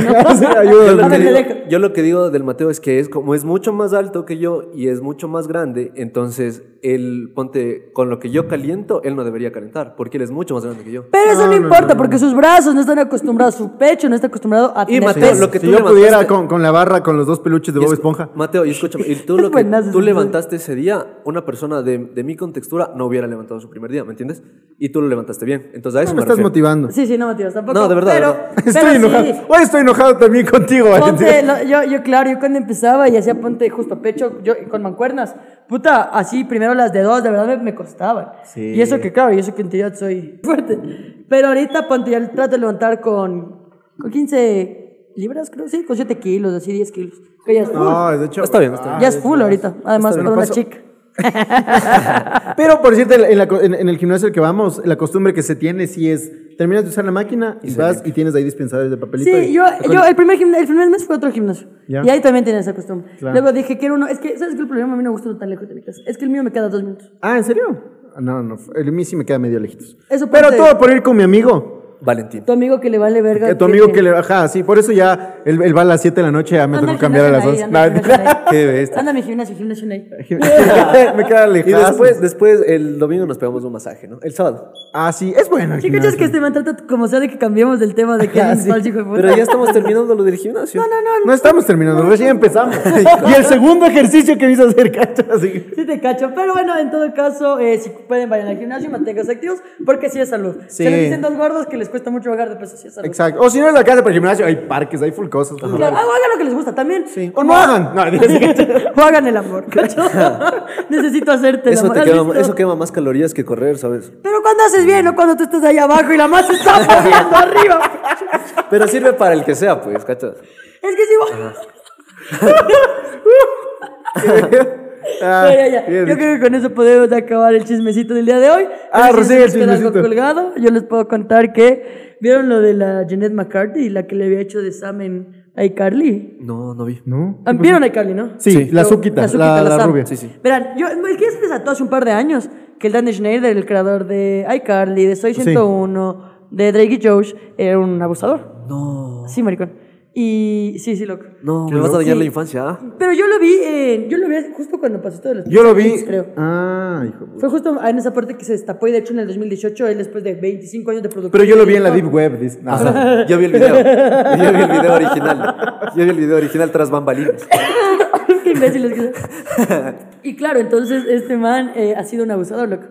A: no.
B: ¿no?
A: Sí, ayúdame.
C: yo, lo
B: Dame
C: que digo,
B: pelea.
C: yo lo que digo del Mateo es que es como es mucho más alto que yo y es mucho más grande, entonces él ponte con lo que yo caliento, él no debería calentar, porque él es mucho más grande que yo.
B: Pero eso no, importa porque sus brazos no están acostumbrados, su pecho no está acostumbrado a tener
C: Mateo,
B: peso.
C: lo que
A: si
C: tú
A: yo pudiera
C: levantaste-
A: con, con la barra, con los dos peluches de Bob
C: Y es-
A: Esponja.
C: Mateo, y escúchame, y tú,
B: Es
C: lo que,
B: buenazo ese
C: tú
B: video.
C: levantaste ese día, una persona de, de mi contextura no hubiera levantado su primer día, ¿me entiendes? Y tú lo levantaste bien. Entonces a eso
A: No me
C: me
A: estás
C: refiero.
A: motivando.
B: Sí, sí, no, Matías, tampoco.
C: No, de verdad,
B: Pero,
C: de verdad.
B: pero
A: Estoy
B: sí,
A: enojado. Hoy estoy enojado también contigo,
B: Ponte,
A: Valentín.
B: lo- yo, yo, claro, yo cuando empezaba y hacía ponte justo a pecho, yo con mancuernas, puta, así primero las de dos, de verdad me, me costaban.
A: Sí.
B: Y eso que, claro, y eso que en teoría soy fuerte. Pero ahorita ponte, ya trato de levantar con, con 15 libras, creo, sí, con 7 kilos, así 10 kilos. Que ya es full.
A: No, de hecho. ah,
C: Está bien, está bien.
B: ya es full ahorita, además con
A: bien,
B: una
A: paso.
B: chica.
A: Pero por cierto, en, la co- en- en el gimnasio al que vamos, la costumbre que se tiene sí es, terminas de usar la máquina y, vas y tienes ahí dispensadores de papelito.
B: Sí,
A: y-
B: yo, yo el, primer gimna- el primer mes fue otro gimnasio.
A: Ya.
B: Y ahí también tenía esa costumbre.
A: Claro.
B: Luego dije, quiero uno, es que, ¿sabes qué? El problema a mí no me gusta uno tan lejos de mi casa. Es que el mío me queda dos minutos.
A: Ah, ¿en serio? No, no, el mí sí me queda medio lejitos.
B: Eso
A: Pero
B: ponte-
A: todo por ir con mi amigo.
C: Valentín.
B: Tu amigo que le vale verga.
A: Que tu amigo que le baja, sí, por eso ya él, él va a las 7 de la noche, ya me
B: Anda
A: tocó
B: al
A: cambiar a las
B: gimnasio
A: 11.
B: en ahí, anda al gimnasio en ahí.
A: Qué bestia.
B: Anda a mi gimnasio, gimnasio en ahí.
A: me queda
C: Y
A: lejos.
C: después, después, el domingo nos pegamos un masaje, ¿no? El sábado.
A: Ah, sí, es bueno. el
B: ¿Qué cachas
A: gimnasio.
B: que este man trata como sea de que cambiemos del tema de que
A: Ah,
B: es
A: sí.
B: nostálgico de puta?
C: Pero ya estamos terminando lo del gimnasio.
B: este- No, no,
A: No
B: no.
A: estamos terminando, recién empezamos. y el segundo ejercicio que viste hacer, cachas. así.
B: Sí te cacho, pero bueno, en todo caso, eh, si pueden vayan al gimnasio y manténganse activos, porque sí es salud.
A: Sí.
B: Se lo dicen dos gordos que les cuesta mucho bajar de peso, sí es salud.
A: Exacto. O si no es la casa para el gimnasio, hay parques, hay full cosas. full
B: Claro,
A: lugares.
B: ah, o hagan lo que les gusta también.
A: O no hagan. No,
B: O hagan el amor, cacho. Necesito hacerte el
C: Eso,
B: amor.
C: te
B: ¿Has
C: quema,
B: visto?
C: eso quema más calorías que correr, ¿sabes?
B: Pero cuando haces bien, no cuando tú estás ahí abajo y la masa está moviendo arriba.
C: Pero sirve para el que sea, pues, ¿cachas?
B: Es que Uh. es igual.
A: Ah,
B: Pero ya,
A: bien
B: Yo
A: dicho.
B: creo que con eso podemos acabar el chismecito del día de hoy.
A: Ah,
B: Pero
A: recibe
B: les
A: el
B: queda
A: chismecito.
B: Algo colgado. Yo les puedo contar que vieron lo de la Jeanette McCarthy, la que le había hecho de examen iCarly.
C: No, no vi.
A: ¿No?
B: Ah, ¿Vieron iCarly, no?
A: Pues Sí,
C: Sí.
A: la
B: Yo-
A: suquita, la,
B: Suquita,
A: la
B: Sam.
A: rubia.
C: Sí, sí.
B: Verán, yo, es que ya se desató hace un par de años que el Dan Schneider, el creador de iCarly, de Soy 101, de Drake y Josh, era un abusador.
C: No.
B: Sí, maricón. Y sí, sí, loco.
C: No, me vas a dañar
B: Sí.
C: la infancia. ¿ah?
B: Pero yo lo vi, en- yo lo vi justo cuando pasó todo de los
A: Yo lo vi.
B: creo.
A: Ah, hijo.
B: Fue justo en esa parte que se destapó y de hecho en el 2018, él después de 25 años de producción.
A: Pero yo lo vi en la
B: dijo,
A: Deep Web. dice. Ah,
C: Yo vi el video. Yo vi el video original. Yo vi el video original tras bambalinas.
B: Qué imbéciles que son. Y claro, entonces este man eh, ha sido un abusador, loco.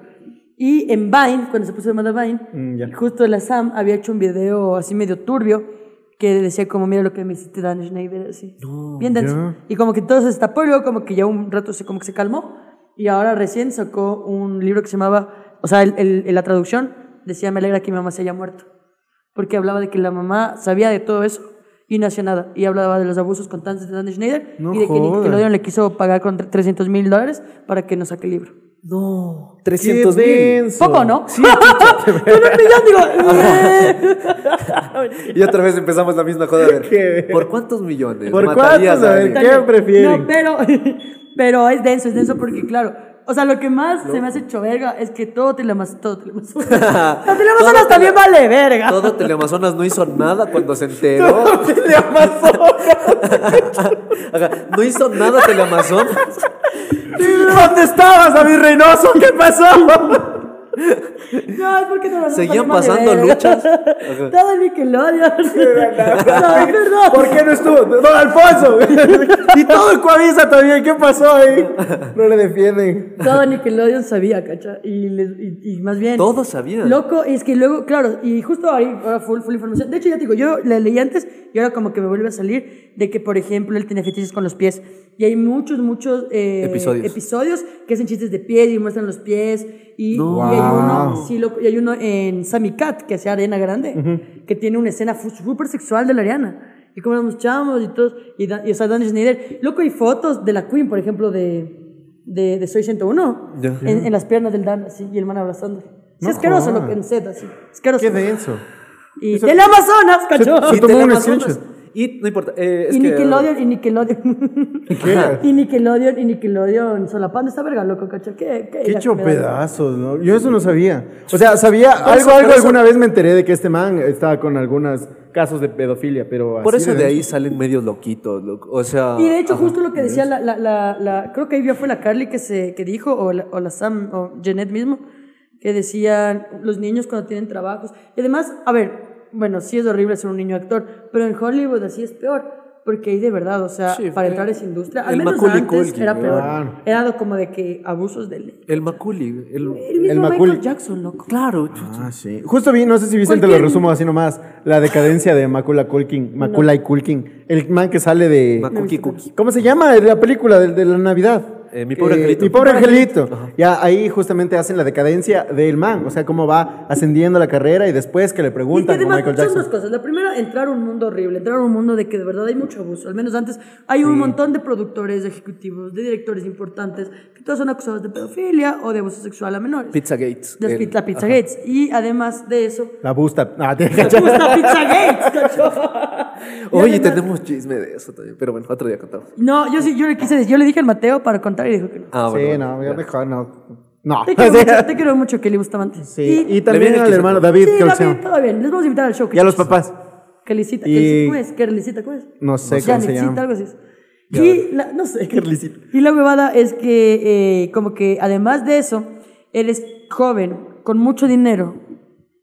B: Y en Vine, cuando se puso de moda Vine,
A: Mm, ya.
B: justo la Sam había hecho un video así medio turbio que decía como, mira lo que me hiciste Dan Schneider, así. Bien denso.
A: ya.
B: Y como que todo se destapó y luego como que ya un rato se, como que se calmó. Y ahora recién sacó un libro que se llamaba, o sea, el- el- la traducción decía, me alegra que mi mamá se haya muerto. Porque hablaba de que la mamá sabía de todo eso y no hacía nada. Y hablaba de los abusos constantes de Dan Schneider
A: No
B: y de que
A: jodas.
B: Nickelodeon le quiso pagar con 300 mil dólares para que no saque el libro.
C: No.
A: Qué
C: 300 mil.
A: denso.
B: Poco, ¿no? Con un millón, digo. "Eh".
C: Y otra vez empezamos la misma joda. A ver,
A: Qué-
C: ¿por cuántos millones?
A: ¿Por
C: matarías
A: cuántos? A ver,
C: alguien?
A: ¿qué prefieren?
B: No, pero, pero es denso, es denso porque, claro. O sea, lo que más se me hace hecho verga es que todo te la mas- todo te la mas- todo te la
C: Todo
B: Amazonas
C: te
B: también
C: la-
B: vale verga.
C: Todo Teleamazonas no hizo nada cuando se enteró. Ajá, no hizo nada Teleamazonas.
A: ¿Dónde estabas, David Reynoso? ¿Qué pasó?
B: No, es porque no
C: Seguían pasando luchas. Ajá.
B: Todo el Nickelodeon. No, es verdad.
A: ¿Por qué no estuvo? Don Alfonso. y todo el Coavisa también. ¿Qué pasó ahí? No le defienden.
B: Todo Nickelodeon sabía, cacha. Y, les- y- y más bien.
C: Todos sabían.
B: Loco, es que luego, claro, y justo ahí, ahora full, full información. De hecho, ya te digo, yo la leí antes y ahora como que me vuelve a salir de que, por ejemplo, él tenía fetiches con los pies. Y hay muchos, muchos eh,
C: Episodios.
B: episodios que hacen chistes de pies y muestran los pies. Y,
C: No.
B: y hay uno,
A: Wow.
B: sí, loco, y hay uno en Sammy Cat, que hacía Arena Grande, que tiene una escena fu- súper sexual de la Ariana. Y como éramos chamos y todos, y, Dan- y, o sea, Dan Schneider. Loco, hay fotos de la Queen, por ejemplo, de... De, de Soy 101
C: Ya.
B: en, en las piernas del Dan, así, y el man abrazando. Sí,
A: No
B: es asqueroso
A: jodas.
B: lo que en Z, sí. Asqueroso.
A: Qué denso.
B: Y del Amazonas,
A: Se-
B: cacho.
A: se- tomó un
C: Teleamazonas-
A: screenshot.
C: Y no importa. eh, es
B: Y
C: que-
B: Nickelodeon, y Nickelodeon.
A: ¿Qué?
B: y Nickelodeon, y Nickelodeon, solapando esta verga, loco, cacho. Qué, qué,
A: Qué
B: la-
A: hecho
B: me da-
A: pedazos, ¿no? Yo eso no sabía. O sea, sabía
C: Por
A: algo,
C: eso-
A: algo
C: por eso-
A: alguna vez me enteré de que este man estaba con algunos casos de pedofilia, pero
C: Por
A: así
C: eso de
A: denso.
C: ahí salen medios loquitos, loco. O sea.
B: Y de hecho,
C: Ah, ajá.
B: justo lo que decía la, la, la, la- creo que ahí ya fue la Carly que se que dijo, o la, o la Sam, o Jeanette mismo, que decían los niños cuando tienen trabajos. Y además, a ver, bueno, sí es horrible ser un niño actor, pero en Hollywood así es peor. Porque ahí de verdad, o sea,
C: Sí,
B: para
C: eh,
B: entrar a esa industria, al
C: el
B: menos
C: Macaulay
B: antes
C: Culkin,
B: era peor.
A: claro.
B: Era dado como de que abusos de ley.
C: El Maculi. El...
B: El mismo Michael
A: Macaulay.
B: Jackson, loco.
C: Claro.
A: Ah, sí. Justo vi, no sé si viste, te
B: Cualquier-
A: lo resumo así nomás, la decadencia de Macula Culkin, Macula y Culkin, el man que sale de...
C: Macuki Cookie.
A: ¿Cómo se llama la película de, de la Navidad?
C: Eh, Mi pobre angelito.
A: Mi pobre angelito. Ya ahí justamente hacen la decadencia del man, o sea, cómo va ascendiendo la carrera y después que le
B: Y que
A: preguntan como
B: además
A: Michael
B: son dos
A: Jackson.
B: cosas. La primera, entrar a un mundo horrible, entrar a un mundo de que de verdad hay mucho abuso. Al menos antes hay un montón de productores, de ejecutivos, de directores importantes que todos son acusados de pedofilia o de abuso sexual a menores.
C: Pizza Gates.
B: Las
C: el-
B: pi- la Pizza Gates. Y además de eso,
A: La busta. Ah, te
B: pues la Pizza Gates, cacho. Y
C: Oye,
B: además-
C: tenemos chisme de eso también. Pero bueno, otro día contamos.
B: No, yo sí, yo le quise decir, yo le dije al Mateo para contar y dijo que no.
C: Ah,
A: sí,
C: bueno.
A: no,
C: bueno,
A: ya
C: ya.
A: mejor no. No.
B: Te quiero mucho, te quiero mucho, Kelly Bustamante.
A: Sí, Y,
B: Y-
A: también
C: viene
A: al
C: el
A: hermano
C: quiso-
A: David,
B: sí,
A: creo que
B: papi,
A: se llama.
B: todo bien. Les vamos a invitar al show.
A: Y a los papás.
B: Kelicita,
A: Y-
B: Kelicita, ¿cómo es? Kelicita, ¿cómo es?
A: No sé
B: O sea,
A: cómo se
B: Nexita,
A: llama.
B: algo así es. Y la, no sé. Y la huevada es que, eh, como que además de eso, él es joven, con mucho dinero.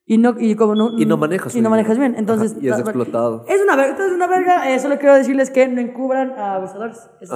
B: Y no, y como no,
C: Y no maneja su
B: y no
C: dinero.
B: manejas bien. Entonces,
C: Ajá, y es
B: ta-
C: explotado.
B: Es una verga. entonces Es una verga. eh, solo quiero decirles que no encubran a abusadores. Ese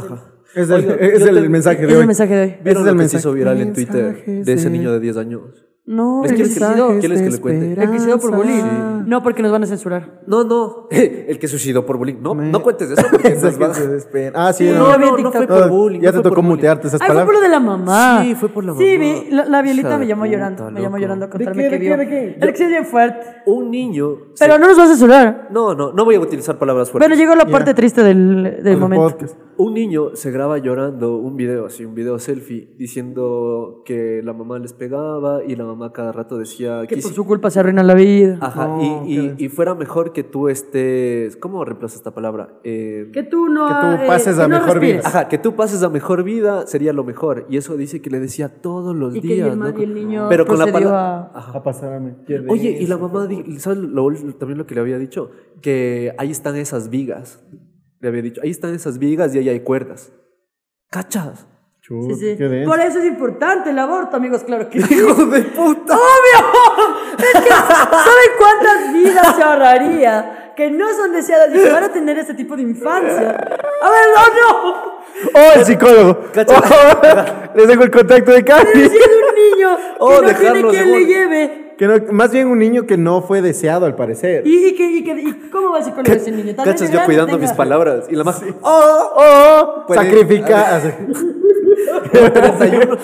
B: Es el,
A: Es el, es
C: yo
A: el
C: te-
A: mensaje de
B: es el
A: hoy.
B: mensaje de hoy.
A: Ese
C: ¿Vieron
A: es
C: lo
A: el
C: que se
A: mensaje.
C: hizo viral en Twitter
A: Mensajes
C: de
A: de-
C: ese niño de 10 años?
B: No,
C: ¿Les
B: el que
C: quieres que-
B: suicidó.
C: quieres que le cuente?
B: El que suicidó por bullying. No, porque nos van a censurar.
C: No, no. El que suicidó por bullying. No, no cuentes eso porque
A: Ese
C: nos
A: que
C: va-
A: se despe- Ah, sí,
B: No,
A: no.
B: no, no fue
A: No, ya te tocó mutearte esas
B: Ay, fue por
A: palabras.
B: lo de la mamá.
C: Sí, fue por la
B: Sí,
C: mamá.
B: vi. La, la Violita
C: Hija
B: me
C: de
B: llamó
C: puta,
B: llorando. Me llamó
C: loco.
B: llorando a
A: ¿De
B: contarme
A: qué,
B: que
A: de qué,
B: vio.
A: de qué?
B: El que es bien fuerte.
C: Un niño.
B: Pero no nos va a censurar.
C: No, no, no voy a utilizar palabras fuertes.
B: Bueno, llegó la parte triste del, del
A: Los
B: momento.
A: podcasts.
C: Un niño se graba llorando un video así, un video selfie, diciendo que la mamá les pegaba y la mamá mamá cada rato decía
B: Que por
C: "Quisi-
B: su culpa se arruina la vida.
A: Ah,
C: Ajá,
A: No,
C: y, y-
A: qué-
C: y fuera mejor que tú estés. ¿Cómo reemplazo esta palabra? Eh,
B: Que tú no.
A: Que tú
B: eh,
A: pases
B: que
A: a
B: no
A: mejor
B: respires.
A: vida. Ah,
C: Ajá, que tú pases a mejor vida sería lo mejor. Y eso dice que le decía todos los
B: Y que
C: días.
B: el ma-
C: ¿no?
B: y el niño
C: Pero con la
B: procedió
C: palabra. Ajá.
A: A pasarme.
C: Oye, y la mamá, di- ¿sabes lo ul- también lo que le había dicho? Que ahí están esas vigas. Le había dicho, ahí están esas vigas y ahí hay cuerdas. ¿Cachas?
B: Sí, sí.
A: qué denso. Oh,
B: Por eso es importante el aborto, amigos, claro que sí.
C: ¡Hijo de puta!
B: ¿Saben cuántas vidas se ahorraría que no son deseadas y que van a tener este tipo de infancia? A ver, no, no.
A: ¡Oh, el psicólogo! Oh, les dejo el contacto de Cami.
B: Si es un niño que no
C: Oh,
B: tiene
C: dejarlo
B: quien
C: seguro.
B: le lleve.
A: Que no- más bien un niño que no fue deseado, al parecer.
B: ¿Y, y, que, y, que, y cómo va el psicólogo ese niño? Tal vez
C: ¿Cachas?
B: de
C: Yo
B: grande
C: cuidando
B: tenga-
C: mis palabras. Y la más.
A: ¡Oh, oh!
C: Puede-
A: sacrifica. así.
C: un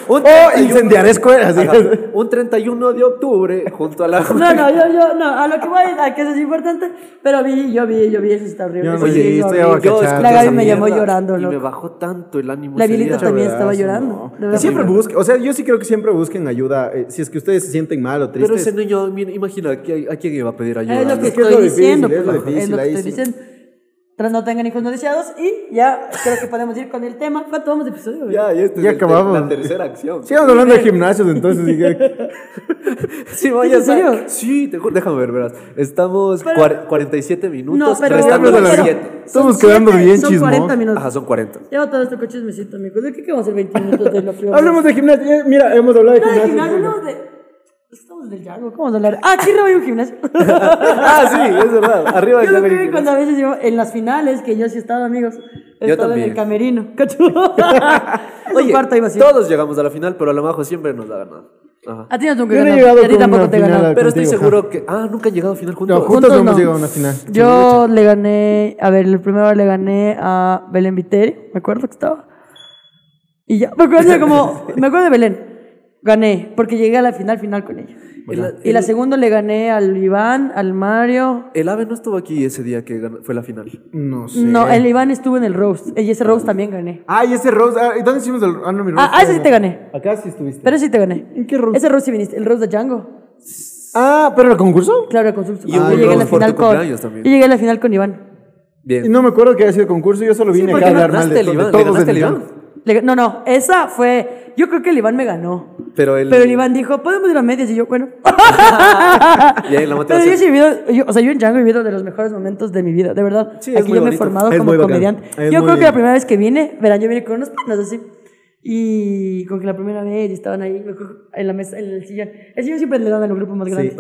A: ¡Oh,
C: 31.
A: incendiar escuelas!
C: Ajá. Un 31 de octubre, junto a la.
B: No, no, yo, yo, no, a lo que voy es a que eso es importante, pero vi, yo vi, yo vi, eso está horrible.
A: Yo no
B: eso
A: vi,
B: es
A: estoy
B: horrible.
A: ahorcado.
C: Yo
A: La
C: escuché
B: Gaby
C: esa
B: me llamó
C: mierda
B: llorando,
C: Y
B: loco.
C: me bajó tanto el ánimo.
B: La
C: ese
B: Vilita
C: día.
B: también. estaba
A: Brazo,
B: llorando.
A: Ah, no.
B: De verdad.
A: Que siempre busquen, o sea, yo sí creo que siempre busquen ayuda. eh, si es que ustedes se sienten mal o
C: Pero
A: tristes.
C: ese niño, mira, imagina, ¿a quién a quién iba a pedir ayuda?
B: Es lo que
A: Es que es
B: estoy
A: lo difícil,
B: diciendo,
A: es lo
B: pues, loco, es
A: difícil,
B: lo que
A: ahí
B: estoy
A: sí.
B: diciendo. Tras no tengan hijos no deseados y ya creo que podemos ir con el tema. ¿Cuánto vamos de episodio? güey?
C: Ya, y este
A: Ya
C: es el-
A: acabamos.
C: La tercera acción.
A: Sigamos hablando de gimnasios entonces. y que-
C: Sí, vaya,
B: ¿En serio?
C: sa- Sí, te juro, déjame ver, verás. Estamos
B: Pero-
C: cuar- 47 minutos,
B: No, pero,
C: restando
A: Hablando de
B: pero-
A: la-
C: los
B: pero-
C: 7.
A: Estamos
B: son
A: quedando
B: siete,
A: bien
B: Son 40
A: chismosos.
B: minutos.
C: Ajá, son 40.
B: Llevo todo este coche chismecito, amigos. ¿De qué que vamos a hacer 20 minutos de lo primero?
A: Hablemos de gimnasio. eh, mira, hemos hablado de
B: No, de
A: gimnasio.
B: gimnasio, no, de... Estamos del Yago, ¿cómo vamos a hablar? Ah, aquí no hay un gimnasio.
C: Ah, sí, es verdad. Arriba
B: Yo
C: de
B: me
C: la
B: acuerdo
C: película.
B: cuando a veces yo, en las finales, que yo sí he estado, amigos, he
C: Yo
B: estado en
C: también.
B: el camerino. ¿Cacho? Es un
C: Oye,
B: cuarto ahí vacío.
C: todos llegamos a la final, pero a la majo siempre nos da ganado. Ajá.
B: A ti no tengo que
A: Yo no he
B: ganar,
A: llegado
B: y a ti
A: con
B: tampoco
A: una
B: te he ganado.
A: final
C: Pero estoy
A: Contigo,
C: seguro que. Ah, nunca han llegado a final juntos.
A: No, juntos no
B: no.
A: hemos llegado a una final.
B: Yo le gané, a ver, el primero le gané a Belén Viteri, me acuerdo que estaba. Y ya, me acuerdo de como, me acuerdo de Belén. Gané, porque llegué a la final final con ella.
C: El-
B: Y la segunda le gané al Iván, al Mario.
C: El ave no estuvo aquí ese día que ganó- fue la final.
A: No sé.
B: No, el Iván estuvo en el roast. Y ese roast también gané.
A: Ah, y ese Rose. Ah, ¿y ¿Dónde hicimos el.? Ah, no, mi Rose.
B: Ah, ah, ese sí te gané.
A: Acá sí estuviste.
B: Pero ese sí te gané.
A: ¿En qué roast?
B: Ese roast sí viniste, el roast de Django.
A: Ah, pero el concurso.
B: Claro, con Zulso.
C: Y
B: Yo
C: hubo
B: llegué a la
C: roast por tu
B: final con.
C: cumpleaños
B: Y
C: también.
B: llegué a la final con Iván.
A: Y
C: Bien.
A: no me acuerdo que haya sido concurso, yo solo vine
C: ¿por
A: acá a
C: qué
A: hablar mal
C: ganaste
A: de,
C: el
A: to- de
C: Iván? ¿Le
A: todos
C: ganaste
A: del
C: el
A: Iván.
C: Iván?
B: Le- no, no, esa fue. Yo creo que el Iván me ganó.
C: Pero el.
B: Pero el Iván dijo, podemos ir a medias. Y yo, bueno.
C: Y ahí la
B: Pero
C: motivación.
B: yo sí he vivido, yo- o sea, yo en Django he vivido de los mejores momentos de mi vida, de verdad.
C: Sí, es
B: Aquí
C: muy
B: yo me he
C: bonito.
B: formado
A: Es muy bacán.
B: como comediante.
A: Es
B: Yo
A: muy
B: creo que
A: lindo.
B: la primera vez que vine, verán, yo vine con unos panas así. Y con que la primera vez y estaban ahí me acuerdo, en la mesa, en el sillón. El sillón siempre le dan a los grupos más grandes.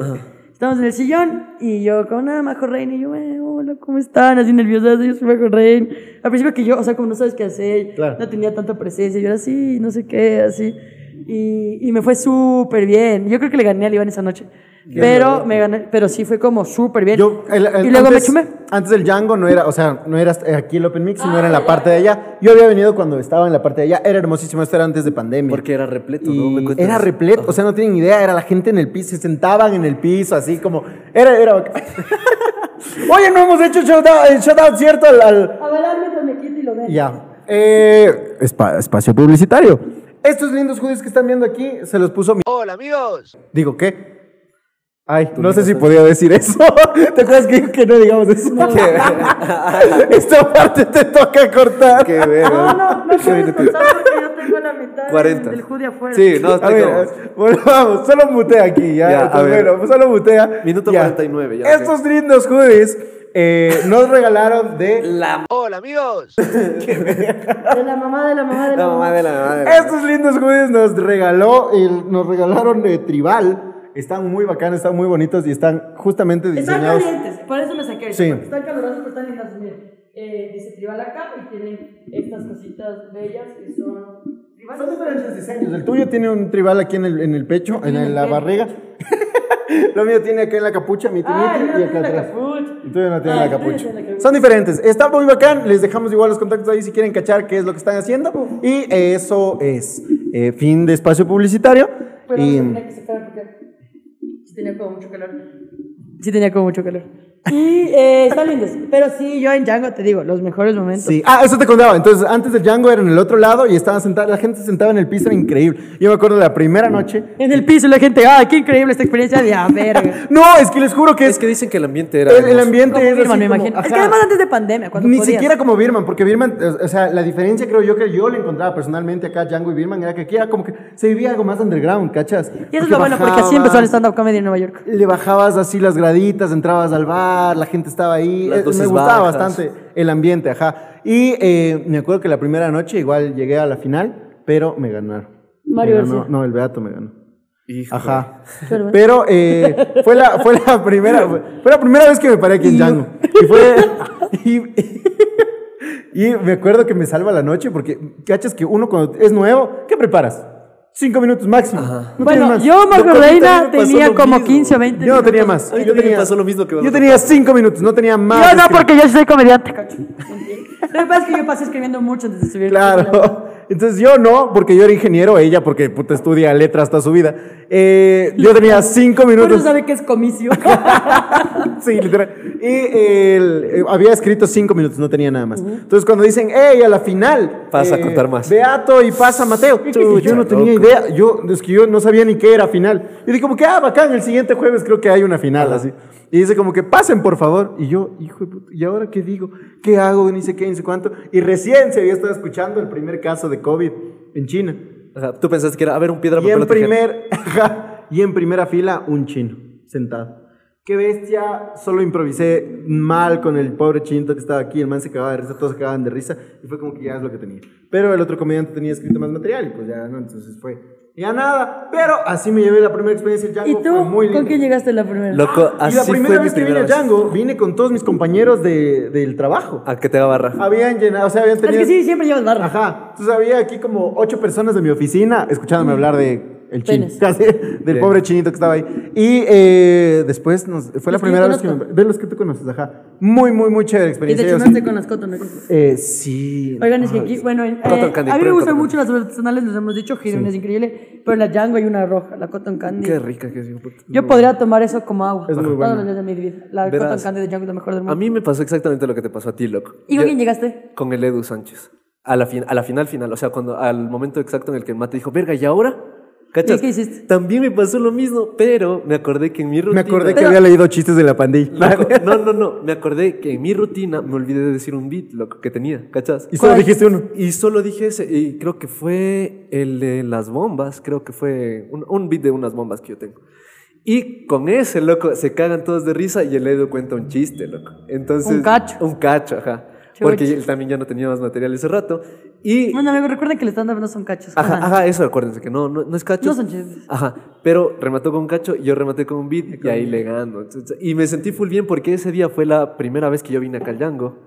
B: Estábamos en el sillón y yo con nada, Majo Reina. Y yo, "Eh, hola, ¿cómo están? Así nerviosas, yo soy Majo Reina. Al principio que yo, o sea, como no sabes qué hacer,
A: Claro.
B: no tenía tanta presencia, yo era así, no sé qué, así. Y, y me fue súper bien. Yo creo que le gané al Iván esa noche. Pero me gané, pero sí fue como súper bien.
A: Yo, el- el-
B: y luego
A: antes,
B: me chumé.
A: Antes del Django no era, o sea, no era hasta- aquí el Open Mix, no era en la
B: Ah.
A: parte de allá. Yo había venido cuando estaba en la parte de allá, era hermosísimo, esto era antes de pandemia.
C: Porque era repleto,
A: Y
C: ¿no? Me cuentas.
A: era repleto, o sea, no tienen idea, era la gente en el piso, se sentaban en el piso, así como, era, era bacán. Oye, no hemos hecho shoutout, eh, shoutout, ¿cierto? Al, al-
B: A bailar mientras me quito y lo ven.
A: Ya. Eh, espa- espacio publicitario. Estos lindos judíos que están viendo aquí se los puso mi. ¡Hola, amigos! Digo, ¿qué? Ay, no sé si podía decir eso. ¿Te acuerdas que dijo que no digamos eso? Esta parte te toca cortar.
C: Qué verga.
B: No, no, no puedes contar porque yo tengo la mitad
C: 40.
B: del judío afuera.
C: Sí, no,
A: A
C: está
A: ver,
C: como-
A: eh, bueno, vamos, solo mutea aquí, ya.
C: Ya, a
A: Entonces,
C: ver.
A: Bueno, pues solo mutea.
C: Minuto
A: Ya.
C: 49, ya, ok.
A: Estos lindos hoodies eh, nos regalaron de
C: La,
B: De la mamá, de la mamá, de la,
C: la
B: mamá.
C: mamá de la mamá de la-
A: Estos lindos hoodies nos regaló y nos regalaron de tribal. Están muy bacanos, están muy bonitos y están justamente
B: Están
A: diseñados.
B: calientes, por eso me saqué.
A: Sí.
B: porque Están calurosos, pero están lindas. Miren, eh, dice tribal acá y tienen estas cositas bellas que son. tribales.
A: Son diferentes diseños. El tuyo tiene un tribal aquí en el, en el pecho, en, el- la
B: pecho.
A: barriga. Lo mío tiene acá en la capucha, mi
B: Ah,
A: tinita,
B: yo
A: y
B: tengo
A: acá
B: la
A: atrás.
B: capucha.
A: El tuyo no tiene
B: Ah,
A: la
B: el tuyo
A: capucha.
B: tiene la capucha.
A: Son diferentes. Está muy bacán. Les dejamos igual los contactos ahí si quieren cachar qué es lo que están haciendo. Y eso es eh, fin de espacio publicitario.
B: Pero
A: y
B: no tenía que sacar porque sí tenía como mucho calor. Sí tenía como mucho calor. Y eh, está lindo. Pero sí, yo en Django te digo, los mejores momentos.
A: Sí. Ah, eso te contaba. Entonces, antes del Django era en el otro lado y estaba sentada, la gente se sentaba en el piso, era increíble. Yo me acuerdo de la primera noche.
B: En el piso la gente, ¡ay, qué increíble esta experiencia de a verga!
A: No, es que les juro que
C: Es
A: es.
C: que dicen que el ambiente era.
A: El, el
C: hermoso.
A: ambiente
B: Como
A: es.
B: Birman,
A: así
B: me
A: como-
B: imagino. Es que
A: ajá.
B: además antes de pandemia, cuando
A: Ni
B: podías.
A: siquiera como Birman, porque Birman, o- o sea, la diferencia creo yo que yo le encontraba personalmente acá a Django y Birman era que aquí era como que se vivía algo más underground, ¿cachas?
B: Y eso es lo bueno, porque así empezó el stand-up comedy en Nueva York.
A: Le bajabas así las graditas, entrabas al bar, la gente estaba ahí. eh,
C: Las
A: Me
C: luces
A: gustaba
C: bajas.
A: bastante el ambiente, ajá. Y eh, me acuerdo que la primera noche igual llegué a la final, pero me ganaron.
B: Mario
A: Me ganó-
B: García.
A: No, el Beato me ganó.
C: Hijo.
A: Ajá.
B: Pero-
A: Pero eh, fue, la, fue la primera fue la primera vez que me paré aquí en Django. Y fue. Y, y me acuerdo que me salva la noche porque, cachas que uno cuando es nuevo, ¿qué preparas? Cinco minutos máximo. No tienes
B: Bueno,
A: más.
B: yo, Marco
C: Pero a mí
B: Reina,
C: también me pasó
B: tenía
C: lo
B: como
C: mismo.
B: 15 o 20
A: Yo no tenía
B: minutos.
A: más.
C: A mí
A: Yo
C: también me
A: tenía,
C: pasó lo mismo que vos.
A: yo tenía cinco minutos, no tenía más.
B: Yo no,
A: escrito.
B: porque yo soy comediante, cacho. Lo que pasa es que yo pasé escribiendo mucho antes de subir.
A: Claro. Entonces yo no, porque yo era ingeniero, ella porque puta, estudia letras toda su vida. Eh, yo tenía cinco
B: Por eso
A: minutos.
B: sabe que es comicio.
A: Sí, literal. Y eh, el- eh, había escrito cinco minutos, no tenía nada más. Entonces, cuando dicen, hey, a la final. eh,
C: Pasa a contar más.
A: Beato y pasa Mateo. Chuta, yo no tenía
C: loco.
A: idea. Yo, es que yo no sabía ni qué era final. Y dije, como que, ah, bacán, el siguiente jueves creo que hay una final, así. Y dice, como que pasen, por favor. Y yo, hijo de puta, ¿y ahora qué digo? ¿Qué hago? Ni sé qué, ni sé cuánto. Y recién se había estado escuchando el primer caso de COVID en China.
C: Ajá, Tú pensaste que era, a ver, un piedra,
A: Y
C: papel
A: en,
C: o tijera.
A: primer, ajá, y en primera fila, un chino, sentado. Qué bestia, solo improvisé mal con el pobre chinito que estaba aquí, el man se cagaba de risa, todos se cagaban de risa, y fue como que ya es lo que tenía. Pero el otro comediante tenía escrito más material, y pues ya no, entonces fue. Ya nada, pero así me llevé la primera experiencia del
B: ¿Y
A: Django, fue
B: tú
A: muy
B: con
A: lindo.
B: quién llegaste la primera?
C: Loco,
A: Y
C: así
A: la
C: fue
A: primera
C: mi
A: vez que vine
C: primera
A: a
C: vez. Ah.
A: Django, vine con todos mis compañeros de- del trabajo.
C: A que te haga barra.
A: Habían llenado, o sea, habían
B: es
A: tenido...
B: que sí, siempre llevas barra.
A: Ajá. Entonces había aquí como ocho personas de mi oficina escuchándome hablar de el chin,
B: Mm. Penes.
A: casi, del
C: Bien.
A: pobre chinito que estaba ahí. Y eh, después nos, fue la
B: Los que yo
A: primera vez que me,
B: conozco.
A: de los que tú conoces, ajá. Muy, muy, muy chévere
B: Y te
A: experiencia. Yo
B: chumaste con las cotoneras.
A: sí- eh, sí.
B: Oigan, es que aquí, bueno, en-
C: Cotton
B: eh,
C: candy,
B: a mí me
C: prueba
B: gustan
C: cotton
B: mucho las artesanales, nos hemos dicho, Hidden es increíble, pero en la Django hay una roja, la Cotton Candy.
C: Qué rica que es. hijo de puta.
B: Yo podría tomar eso como agua.
A: Es muy
B: todos
A: buena.
B: los días de mi vida. La
C: Verás.
B: Cotton Candy de Django es la mejor del
C: A
B: mundo.
C: mí me pasó exactamente lo que te pasó a ti, loco.
B: ¿Y con
C: Yo-
B: quién llegaste?
C: Con el Edu Sánchez. A la, fin- a la final, final. O sea, cuando al momento exacto en el que el mate dijo, verga, ¿y ahora? ¿Cachas?
B: ¿Y qué hiciste?
C: También me pasó lo mismo, pero me acordé que en mi
A: Me
C: rutina.
A: acordé que
B: Pero-
A: había leído chistes de la pandilla.
C: Loco, no, no, no. Me acordé que en mi rutina me olvidé de decir un beat, loco, que tenía, ¿cachas?
A: Y solo
B: ¿Cuál?
A: dijiste uno.
C: Y solo dije ese, y creo que fue el de las bombas, creo que fue un, un beat de unas bombas que yo tengo. Y con ese, loco, se cagan todos de risa y el Edu cuenta un chiste, loco. Entonces,
B: Un cacho.
C: Un cacho, ajá.
B: Chuch.
C: Porque él también ya no tenía más material ese rato. Y...
B: Bueno, amigo, recuerden que el stand-up no son cachos.
C: Ajá,
B: jodan.
C: ajá, eso acuérdense, que no, no, no es cacho.
B: No son chistes.
C: Ajá, pero remató con un cacho, yo rematé con un beat y ahí le gano. Entonces, Y me sentí full bien porque ese día fue la primera vez que yo vine acá al Django.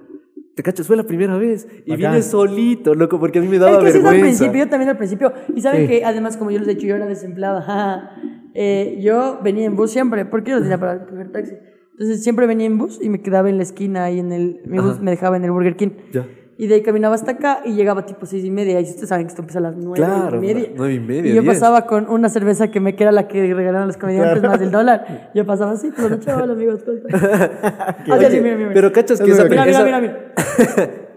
C: ¿Te cachas? Fue la primera vez. Y
A: Bacán.
C: vine solito, loco, porque a mí me
B: Es
C: daba
B: que sí, al
C: vergüenza.
B: principio, yo también al principio. Y saben
A: Sí.
B: que además, como yo les he dicho, yo era desempleada. jaja. Eh, yo venía en bus siempre, porque yo no tenía para el primer taxi. Entonces siempre venía en bus y me quedaba en la esquina ahí en el. Mi bus me dejaba en el Burger King.
C: Ya.
B: Y de ahí caminaba hasta acá y llegaba tipo seis y media. Y ustedes saben que esto empieza a las nueve
C: Claro,
B: y media.
C: nueve y media,
B: Y yo
C: diez.
B: pasaba con una cerveza que me que era la que regalaron los comediantes
A: Claro.
B: más del dólar. Yo pasaba así, todo chaval, amigos. todo. Así, así, Ah, mira, mira, mira.
C: Pero cachas que
A: Es
C: esa
A: muy
B: mira, mira,
C: esa-
B: mira, mira.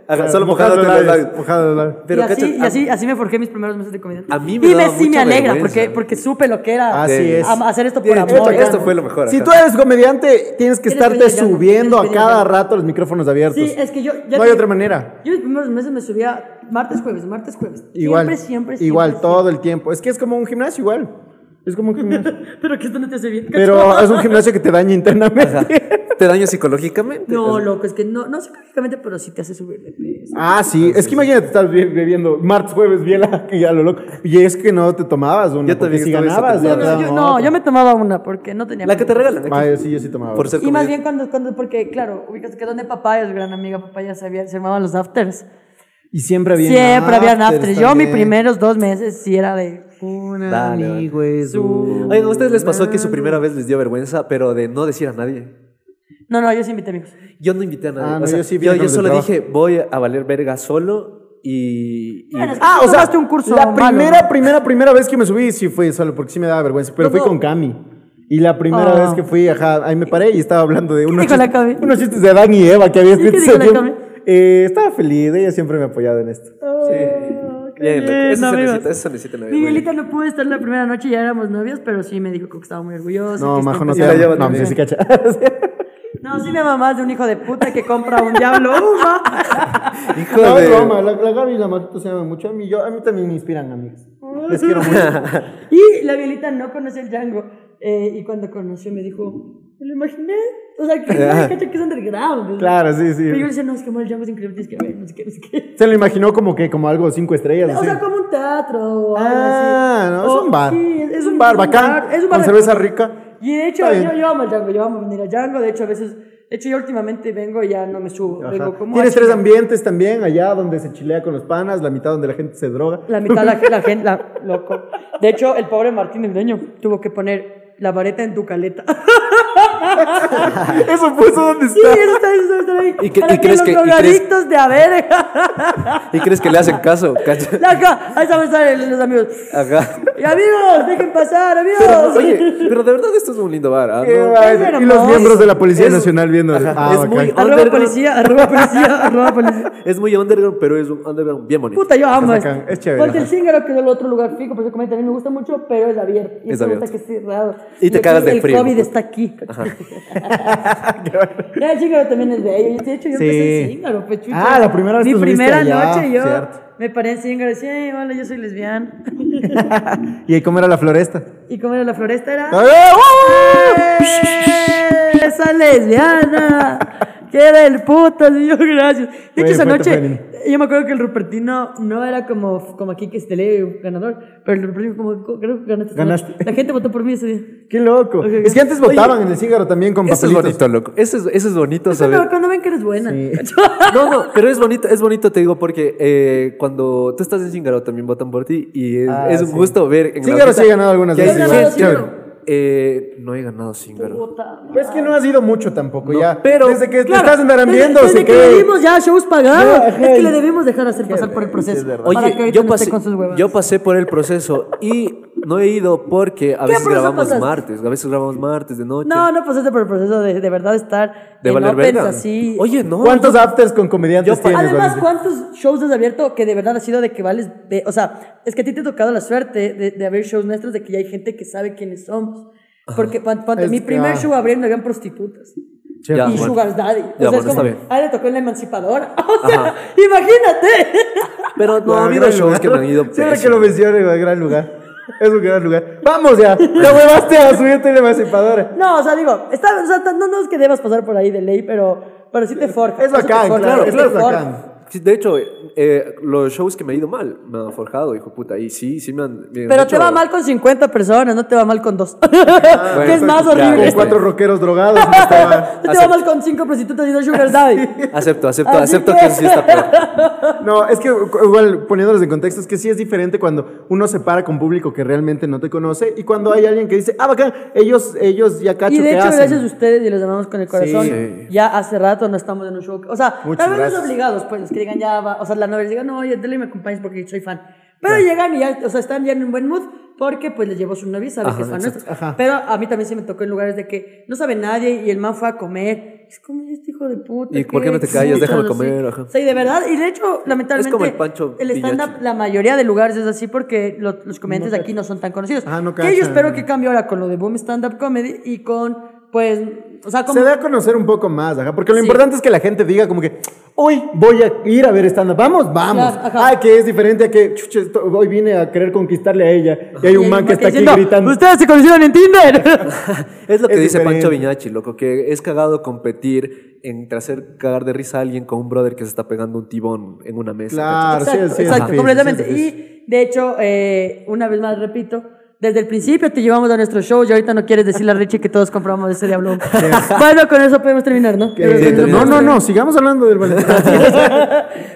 C: Ajá, solo mojado
A: los
C: te
A: labios, mojado los labios.
C: Pero
B: y así,
C: cachas,
B: y así, así me forjé mis primeros meses de comediante.
C: a mí me
B: y
C: daba
B: sí me
C: mucha
B: alegra,
C: vergüenza.
B: porque, porque supe lo que era
A: Así
B: eh,
A: Ah, es.
B: am- hacer esto por
C: Bien,
B: amor.
C: esto-
B: ¿no?
C: esto fue lo mejor,
A: Si
C: ajá.
A: tú eres comediante, tienes que
B: Eres
A: estarte
B: comediante,
A: subiendo
B: eres
A: a cada
B: comediante.
A: rato los micrófonos abiertos.
B: Sí, es que yo. ya
A: pues, No hay
B: te-
A: otra manera.
B: Yo mis primeros meses me subía martes, jueves, martes, jueves.
A: Igual.
B: Siempre, siempre, siempre.
A: Igual,
B: siempre.
A: todo el tiempo. Es que es como un gimnasio igual. Es como un gimnasio.
B: Pero que esto no te hace bien.
A: Pero es un gimnasio que te daña
C: Ajá.
A: internamente.
C: te daño psicológicamente.
B: No, loco, es que no, no psicológicamente, pero sí te hace subir de peso.
A: Ah, sí. Es que imagínate estar be- bebiendo martes, jueves, biela, que ya lo loco. Y es que no te tomabas una.
C: Yo
A: porque
C: también
A: si
C: estuve
A: ganabas,
C: esa
A: ya te
B: No,
A: daban
B: yo, no,
A: otra.
B: yo me tomaba una porque no tenía.
C: La que te regalan aquí,
A: Ah, yo sí, yo sí tomaba.
C: por ser
B: Y más
C: comediante.
B: bien cuando, cuando, porque claro, ubicas que donde papá es gran amiga, papá ya sabía, se llamaban los afters.
A: Y siempre había
B: Siempre habían afters. Yo, mis
A: mi
B: primeros dos meses, sí era de.
A: Un
C: Dale,
A: amigo es
B: Su-
A: un-
C: Oigan, ¿a ustedes les pasó que su primera vez les dio vergüenza, pero de no decir a nadie?
B: No, no, yo sí invité amigos.
C: Yo no invité a nadie.
A: Ah,
C: o
A: no,
C: sea,
A: yo sí vine
C: yo,
A: con
C: yo
A: los del
C: solo
A: trabajo.
C: dije, voy a valer verga solo y. y-
B: Bueno, es que
A: Ah,
B: tú
A: o sea,
B: tomaste un curso
A: la
B: malo,
A: primera,
B: ¿no?
A: primera, primera vez que me subí sí fue solo porque sí me daba vergüenza, pero
B: No,
A: fui
B: no.
A: con Cami. Y la primera
B: Oh.
A: vez que fui, ajá, ahí me paré y estaba hablando de unos
B: dijo la
A: chistes,
B: Cami?
A: unos chistes de Adán y Eva que había
B: qué
A: escrito.
B: dijo
A: ese
B: la
A: día.
B: Cami?
A: Eh, estaba feliz, ella siempre me ha apoyado en esto.
B: Oh, qué
C: Bien, loco.
B: bien,
C: Eso se
B: amigos.
C: necesita, eso se necesita en la vida.
B: Miguelita no pudo estar la primera noche, ya éramos novios, pero sí me dijo que estaba muy orgullosa.
A: No,
B: que
A: majo,
B: está
A: no
C: Y
A: te
C: la
A: amo.
C: lleva
A: No,
C: también.
A: sí, cacha.
B: No, sí me mamás de un hijo de puta que compra un diablo uva.
C: Hijo
A: No,
C: de...
A: es broma, la, la Gaby y la Matito se aman mucho a mí, yo, a mí también me inspiran amigas. Les quiero mucho.
B: Y la Violita no conoció el Django. eh, y cuando conoció me dijo, ¿me lo imaginé? O sea, que,
C: Ah.
B: cacha que es underground.
A: Claro, sí, sí.
B: Pero yo le decía, no, es que el Django es increíble, tienes que ver, no sé qué, no sé qué.
A: Se lo imaginó como que como algo cinco estrellas.
B: O
A: así.
B: sea, como un teatro o algo
A: ah,
B: así.
A: no,
B: O-
A: es un bar.
B: sí, es,
A: es
B: un,
A: un bar bacán.
B: es un
A: con
B: bar de
A: cerveza
B: cosas.
A: rica.
B: Y de hecho,
A: Está bien.
B: yo, yo amo el Django, yo amo venir a Django. De hecho, a veces, de hecho, yo últimamente vengo y ya no me subo.
A: Ajá.
B: Vengo como
A: Tienes
B: así.
A: tres ambientes también, allá donde se chilea con los panas, la mitad donde la gente se droga.
B: La mitad la, la gente, la- loco. De hecho, el pobre Martín, el dueño, tuvo que poner la vareta en tu caleta.
A: Eso puso donde
B: Sí, eso está, eso está ahí.
C: ¿Y qué-
B: Para
C: y crees
B: los
C: que- y crees-
B: drogadictos de haber.
C: ¿Y crees que le hacen caso? cacha?
B: Acá, ahí están están los amigos.
C: Ajá.
B: Y amigos, dejen pasar, amigos.
C: Oye, pero de verdad esto es un lindo bar. ¿ah?
A: Qué
C: No-
A: va-
B: es
A: y los
B: hermoso.
A: miembros de la Policía
C: Es-
A: Nacional viendo.
C: Ajá,
A: Ah,
C: es
A: bacán.
C: muy-
B: Arroba
C: Underground.
B: policía, arroba policía, arroba policía.
C: Es muy underground, pero es un underground bien bonito.
B: Puta, yo amo
A: Acá,
B: esto.
A: es chévere,
B: Porque el
A: ajá.
B: Zingaro, que es el otro lugar fijo, porque como también me gusta mucho, pero es abierto. Y
C: Es
B: me gusta
C: abierto.
B: que es cerrado.
C: Y te
B: aquí
C: cagas de
B: el
C: frío.
B: COVID está aquí. Ya, el Zingaro también es bello. Y De hecho, yo
A: Sí.
B: empecé en Zingaro, pues, chucha.
A: Ah, la primera vez
B: Mi
A: que estuviste
B: primera
A: allá,
B: noche yo
A: cierto.
B: me paré en Zingaro y decía, "Ey, hola, yo soy lesbiana.
A: ¿Y ahí cómo era la floresta?
B: y como era la floresta era...
A: ¡Ah, uh!
B: ¡Eh! ¡Esa lesbiana! ¡Que era el puto! Y yo, gracias. De hecho,
A: Güey,
B: esa
A: fue
B: noche,
A: Tefeni.
B: yo me acuerdo que el Rupertino no era como, como aquí que es tele ganador, pero el Rupertino como, "Co- creo que ganaste. esta
A: Ganaste.
B: noche". La gente votó por mí ese día.
A: ¡Qué loco!
B: Ok,
A: Es que antes
B: oye.
A: votaban en el cigarro también con
C: Eso es
A: papelitos.
C: bonito, loco. Eso es, eso es bonito
B: Eso
C: saber.
B: no, cuando ven que eres buena.
C: No, no, pero es bonito, es bonito, te digo, porque eh, cuando tú estás en Chingaro también votan por ti y es,
A: Ah,
C: es un
A: sí.
C: gusto ver. En
A: Zíngaro
C: la hojita
A: sí he ganado algunas
C: que hay
B: veces, igual.
C: gente-
B: ¿Tú has ganado Zíngaro?
C: Eh, no he ganado Chingaro.
B: Puta.
A: Pues es que no ha sido mucho tampoco, ya.
C: pero-
A: Desde que
B: Claro,
A: estás andaramiendo,
B: desde,
A: se
B: desde que
A: cree-
B: le dimos ya shows pagados,
A: Ya, ajá,
B: es que
A: y-
B: le debimos dejar hacer pasar por el proceso. para que
C: Oye,
B: ahorita
C: yo
B: no
C: pasé,
B: esté con sus huevas.
C: yo pasé por el proceso y no he ido porque a veces
B: proceso
C: grabamos
B: pasaste?
C: martes, a veces grabamos martes de noche.
B: no, no pasaste por el proceso de, de verdad estar
C: de
B: en
C: valer
B: opens
C: verga.
B: así.
C: Oye, no.
A: ¿Cuántos afters con comediantes
C: Yo-
A: Pues tienes, Valentín?
B: Además, ¿cuántos shows has abierto que de verdad ha sido de que vales? ve- o sea, es que a ti te ha tocado la suerte de, de haber shows nuestros de que ya hay gente que sabe quiénes somos. Porque pon- ponte,
A: Es
B: mi
A: que,
B: primer
A: ah.
B: show abriendo habían prostitutas.
A: Che,
C: Ya,
B: y
C: bueno.
B: Sugar Daddy. O
C: Ya,
B: sea,
C: bueno,
B: es
C: está
B: como,
C: bien.
B: ah, le tocó en la emancipadora. O sea, imagínate.
C: Pero no
A: Ah,
C: ha habido
A: gran
C: shows
A: lugar.
C: que me han ido
A: Siempre que
C: pésimo.
A: lo menciono, es un gran lugar. Es un gran lugar. ¡Vamos ya! ¡Te huevaste a subirte en la emancipadora!
B: No, o sea, digo, está, o sea, no, no es que debas pasar por ahí de ley, pero, pero sí te forja.
A: Es
B: eso te
A: bacán,
B: forja,
A: claro,
B: eso
C: este
A: claro,
B: te
A: es
B: forja.
A: bacán.
C: Sí, de hecho, eh, los shows que me he ido mal me han forjado, hijo puta. Y sí, sí me han. me han
B: Pero te
C: hecho-
B: va mal con 50 personas, no te va mal con dos. que
C: bueno,
B: es más
C: ya,
B: horrible.
A: Con
C: Este.
A: cuatro rockeros drogados. no estaba-
B: Yo te
C: Acepto.
B: vamos con cinco prostitutas y dos sugar daddy.
C: Acepto, acepto,
B: Así
C: acepto
B: que-
C: que, sí está peor.
A: No, es que igual poniéndolos en contexto, es que sí es diferente cuando uno se para con público que realmente no te conoce y cuando hay alguien que dice, ah, bacán, ellos, ellos ya cacho
B: Y de
A: que
B: hecho,
A: hacen.
B: gracias a ustedes y los amamos con el corazón.
C: Sí.
B: Ya hace rato no estamos en un show. O sea,
A: Muchas
B: tal vez los
A: gracias.
B: obligados, pues, los que digan ya, va- o sea, la novia les diga, no, oye, dale y me acompañes porque soy fan. Pero llegan y ya, o sea, están ya en un buen mood porque pues les llevó su novia y sabe que es fan nuestro. Pero a mí también se me tocó en lugares de que no sabe nadie y el man fue a comer. Es como este hijo de puta.
C: ¿Y por qué no te callas?
B: putas,
C: Déjame
B: así.
C: comer, ajá.
B: Sí, de verdad. Y de hecho, lamentablemente,
C: Es como el Pancho
B: el stand-up,
C: Villachi.
B: la mayoría de lugares es así porque lo- los comediantes de aquí no son tan conocidos.
A: Ah, no
B: que yo
A: cachan.
B: espero que cambie ahora con lo de Boom Stand Up Comedy y con, pues, o sea, como...
A: Se da a conocer un poco más, ajá, porque lo
B: Sí.
A: importante es que la gente diga como que, hoy voy a ir a ver stand-up, vamos, vamos.
B: Claro, ajá.
A: ah, que es diferente a que, chucha, esto- hoy vine a querer conquistarle a ella y hay un man que está aquí
B: diciendo,
A: gritando.
B: Ustedes se conocieron en Tinder.
C: Es lo que
A: Es
C: dice
A: diferente.
C: Pancho Viñachi, loco, que es cagado competir entre hacer cagar de risa a alguien con un brother que se está pegando un tibón en una mesa.
A: Claro. Ah, sí,
B: exacto,
A: sí, es
B: exacto,
A: difícil,
B: completamente.
A: sí, es
B: y de hecho, eh, una vez más repito, desde el principio te llevamos a nuestro show y ahorita no quieres decirle a Richie que todos compramos ese diablo. bueno, con eso podemos terminar, ¿no?
A: Eh,
C: Sí,
A: no,
C: tenemos-
A: no, no, sigamos hablando del Valentín.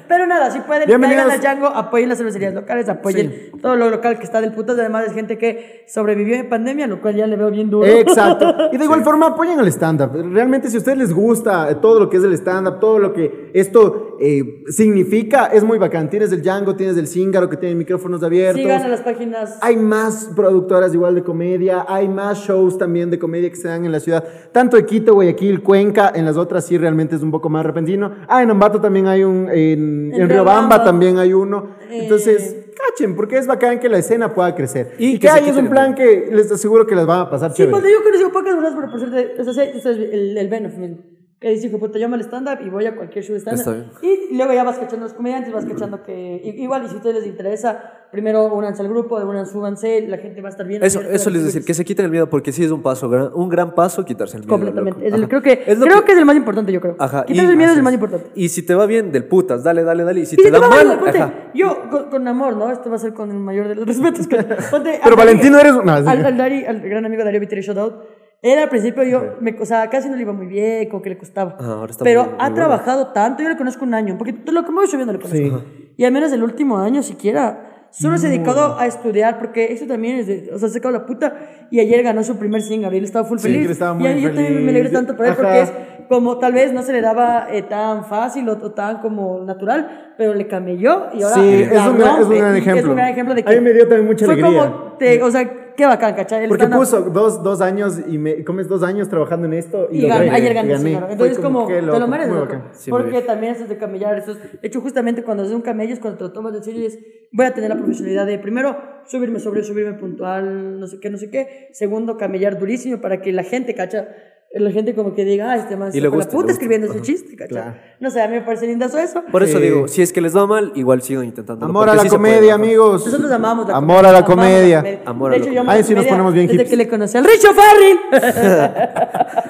B: Pero nada, si pueden,
A: Bienvenidos.
B: caigan a Django, apoyen las cervecerías locales, apoyen todo lo local que está del putas. Además, es gente que sobrevivió en pandemia, lo cual ya le veo bien duro.
A: Exacto. Y de eh, igual forma apoyen al stand-up. Realmente si a ustedes les gusta eh, todo lo que es el stand-up, todo lo que esto eh, significa, es muy bacán. Tienes del Django, tienes del Zingaro que tiene micrófonos abiertos.
B: Sigan a las páginas.
A: Hay más productoras igual de comedia, hay más shows también de comedia que se dan en la ciudad, tanto de Quito, Guayaquil, Cuenca, en las otras sí realmente es un poco más repentino. Ah, en Ambato también hay un, en,
B: En
A: en Riobamba
B: Riobamba.
A: también hay uno.
B: Eh.
A: Entonces, cachen, porque es bacán que la escena pueda crecer. Y,
C: Y que
A: que
C: se
A: hay es
C: quiten
A: un
C: el
A: plan que les aseguro que les va a pasar
B: Sí,
A: chévere.
B: cuando yo conocí pocas personas, pero por suerte, o sea, sí, ustedes, el, el Benof, el- que dice, hijo puta, yo me al stand-up y voy a cualquier show de
C: Está
B: stand-up. Y luego ya vas cachando a los comediantes, vas cachando que, i- igual, y si a ustedes les interesa, primero únanse al grupo, de unan, súbanse, la gente va a estar bien.
C: Eso, eso les decir, que se quiten el miedo, porque sí es un paso, gran- un gran paso quitarse el miedo.
B: pues, Completamente.
C: loco.
B: Es el-
C: Ajá.
B: creo que,
C: Es lo
B: creo que... es el más importante, yo creo.
C: Ajá,
B: Quitarse
C: y-
B: el miedo es el
C: así
B: más importante.
C: Y si te va bien, del putas, dale, dale, dale. Y si
B: Y
C: te
B: si te
C: da
B: va
C: mal,
B: mal, ponte,
C: ajá.
B: yo con, con amor, ¿no? Esto va a ser con el mayor de los respetos. con- ponte, al
A: Pero
B: Darío-
A: Valentino eres una-
B: Al, al Dari- al gran amigo Darío Viteri, shout out. Él al principio yo, me, o sea, casi no le iba muy bien, como que le costaba.
C: Ah, ahora está
B: Pero
C: muy- muy
B: ha
C: bueno.
B: trabajado tanto, yo le conozco un año, porque todo lo que me voy subiendo le conozco. Y al menos el último año siquiera, solo se ha dedicado a estudiar, porque eso también es de, o sea, se acabó la puta. Y ayer ganó su primer single, y él estaba full
A: Sí,
B: feliz.
A: que él estaba
B: y
A: muy
B: ahí yo también me
A: feliz.
B: alegro tanto por él,
A: Ajá.
B: porque es como tal vez no se le daba eh, tan fácil o, o tan como natural, pero le camelló y ahora
A: Sí,
B: la
A: es un gran- es un
B: rompe.
A: gran
B: Y Es
A: ejemplo.
B: un gran ejemplo de
A: A
B: que
A: mí me dio también mucha
B: fue
A: alegría.
B: como te- o sea, qué bacán, ¿cachai? El
A: Porque
B: stand-up.
A: puso dos, dos años y me comes dos años trabajando en esto y,
B: y
A: lo
B: gan-
A: logré,
B: ayer gané,
A: gané.
B: señora.
A: Fue
B: Entonces, como,
A: qué
B: te lo
A: loco,
B: mereces,
A: muy
B: loco.
A: bacán.
C: Sí, muy
B: porque
C: bien.
B: también eso es de camellar. Eso es, de hecho, justamente cuando haces un camello es cuando te lo tomas de serio y es, voy a tener la profesionalidad de, primero, subirme sobre, subirme puntual, no sé qué, no sé qué. Segundo, camellar durísimo para que la gente, cacha, la gente como que diga, ah, este man
C: Y
B: se
C: le
B: fue la
C: guste, le
B: puta
C: guste.
B: escribiendo ese chiste, cacha.
A: Claro.
B: No sé, a mí me parece lindazo eso.
C: Por eso
A: Sí.
C: digo, si es que les va mal, igual sigan intentando.
A: Amor a la comedia, amigos.
B: Nosotros amamos la
A: Amor a la
B: amamos
A: comedia.
C: Amor
B: de
C: a la
B: hecho, yo
C: comedia.
B: amo
A: Ahí
B: la
A: sí nos
B: comedia
A: ponemos bien
B: Desde
A: hippies.
B: que le conocí al Richo Farrell.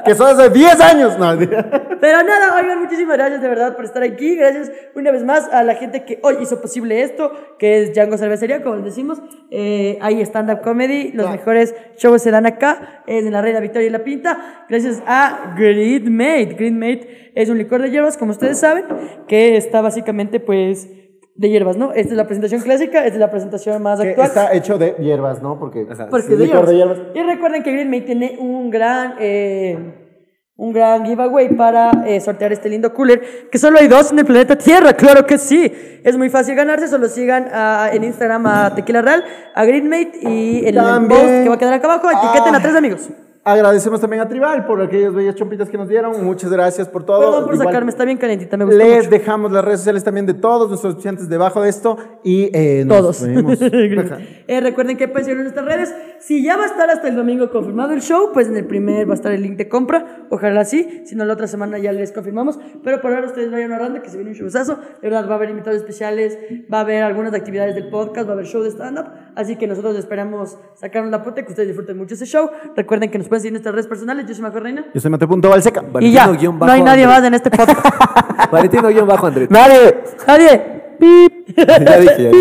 A: Que son hace 10 años. No,
B: Pero nada, oigan, muchísimas gracias de verdad por estar aquí. Gracias una vez más a la gente que hoy hizo posible esto, que es Django Cervecería, como les decimos. Eh, hay stand-up comedy, los mejores shows se dan acá, es en la Reina Victoria y La Pinta. Gracias a Greenmate. Greenmate es un licor de hierbas, como ustedes saben, que está básicamente pues de hierbas, ¿no? Esta es la presentación clásica, esta es la presentación más
A: que
B: actual.
A: está hecho de hierbas, ¿no? Porque,
C: Ajá.
B: Porque
A: es
B: de
A: licor de hierbas.
B: hierbas. Y recuerden que Green May tiene un gran, eh, un gran giveaway para eh, sortear este lindo cooler, que solo hay dos en el planeta Tierra, claro que sí. Es muy fácil ganarse, solo sigan a- en Instagram a Tequila Real, a Greenmate y en el
A: También. Ah.
B: post que va a quedar acá abajo, etiqueten a tres amigos.
A: Agradecemos también a Tribal por aquellas bellas chompitas que nos dieron. Muchas gracias por todo.
B: Perdón por
A: Igual,
B: sacarme, está bien calentita, me gusta
A: Les
B: mucho.
A: dejamos las redes sociales también de todos nuestros estudiantes debajo de esto y eh, nos
B: Todos.
A: vemos. Ajá.
B: Eh, recuerden que pueden seguir en nuestras redes. Si ya va a estar hasta el domingo confirmado el show, pues en el primer va a estar el link de compra. Ojalá sí. Si no, la otra semana ya les confirmamos. Pero por ahora ustedes vayan ahorrando que se viene un showzazo. De verdad, va a haber invitados especiales, va a haber algunas actividades del podcast, va a haber show de stand-up. Así que nosotros esperamos sacarnos la puta y que ustedes disfruten mucho ese show. Recuerden que nos pueden seguir en nuestras redes personales. Yo soy Majo Reina.
A: Yo soy Mateo.Balseca.
B: Y ya,
C: guión
B: no
C: bajo
B: hay nadie
C: Andrés.
B: más en este podcast.
C: Valentino-Andrés.
A: Nadie.
B: nadie. Pip.
C: Ya dije, ya dije, ya
B: Y,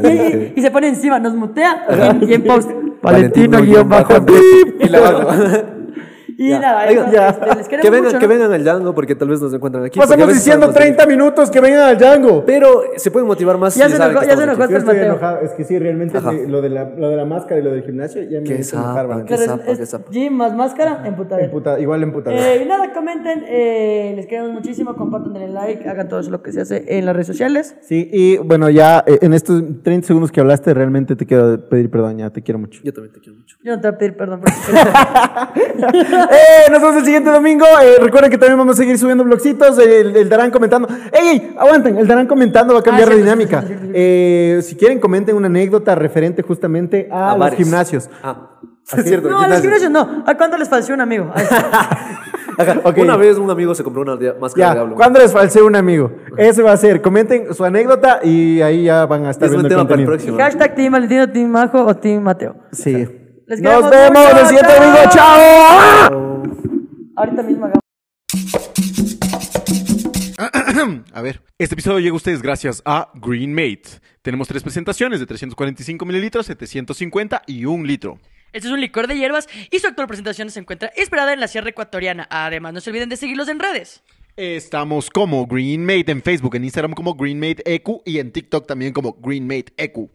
C: dije.
B: y se pone encima, nos mutea y, y en post.
C: Valentino-Andrés. Y la bajo.
B: Y
C: Ya.
B: nada,
C: Oigan,
B: eso,
A: ya.
B: este, les queremos
C: Que vengan,
B: mucho,
C: que
B: ¿no?
C: vengan al Django porque tal vez nos encuentran aquí. porque a
A: Pasamos
C: veces
A: diciendo
C: estamos aquí.
A: 30 minutos que vengan al Django.
C: Pero se pueden motivar más.
B: Ya
C: si
B: se
C: saben
B: enojó-
C: que
B: ya
C: estamos
B: se enojó.
A: Yo estoy
B: Mateo.
A: enojado. Es que sí, realmente
C: Ajá.
A: me- lo, de la, lo de la máscara y lo del gimnasio ya me
C: Qué
A: hizo
C: zapa,
A: enojar, Valentino.
C: qué
B: Claro, es-
C: zapa,
B: es
C: qué zapa.
B: gym más máscara, emputada.
A: Emputa- igual emputada.
B: Eh, y nada, comenten, eh, les queremos muchísimo, compartan el like, hagan todo lo que se hace en las redes sociales.
A: Sí, y bueno, ya eh, en estos 30 segundos que hablaste, realmente te quiero pedir perdón, ya te quiero mucho.
C: Yo también te quiero mucho.
B: Yo no te voy a pedir perdón por eso.
A: Eh, nos vemos el siguiente domingo. Eh, recuerden que también vamos a seguir subiendo blogcitos. El, el Darán comentando. ¡Ey, ey! Aguanten, el Darán comentando va a cambiar
B: Ah,
A: la
B: cierto,
A: dinámica.
B: cierto, cierto,
A: Eh, si quieren, comenten una anécdota referente justamente a, los
C: bares.
A: gimnasios.
C: Ah, es cierto.
B: no, a los gimnasios no. ¿A cuánto les falleció un amigo? Ay,
A: Ajá, ok.
C: Una vez un amigo se compró una de- máscara de
A: Ya,
C: diablo.
A: ¿cuándo les falsé un amigo? Ese va a ser. Comenten su anécdota y ahí ya van a estar
C: Es
A: viendo
C: un
A: el
C: tema para el
A: contenido.
C: próximo.
B: Hashtag Team Valentino, Team Majo o Team Mateo.
A: Sí.
B: Les queremos
A: Nos vemos
B: mucho,
A: el siguiente
B: chao.
A: domingo. ¡Chao!
B: Ahorita mismo hagamos.
D: A ver, este episodio llega a ustedes gracias a Greenmate. Tenemos tres presentaciones de 345 mililitros, 750 y 1 litro.
B: Este es un licor de hierbas y su actual presentación se encuentra inspirada en la Sierra Ecuatoriana. Además, no se olviden de seguirlos en redes.
D: Estamos E como Greenmate en Facebook, en Instagram como Greenmate EQ y en TikTok también como Greenmate EQ.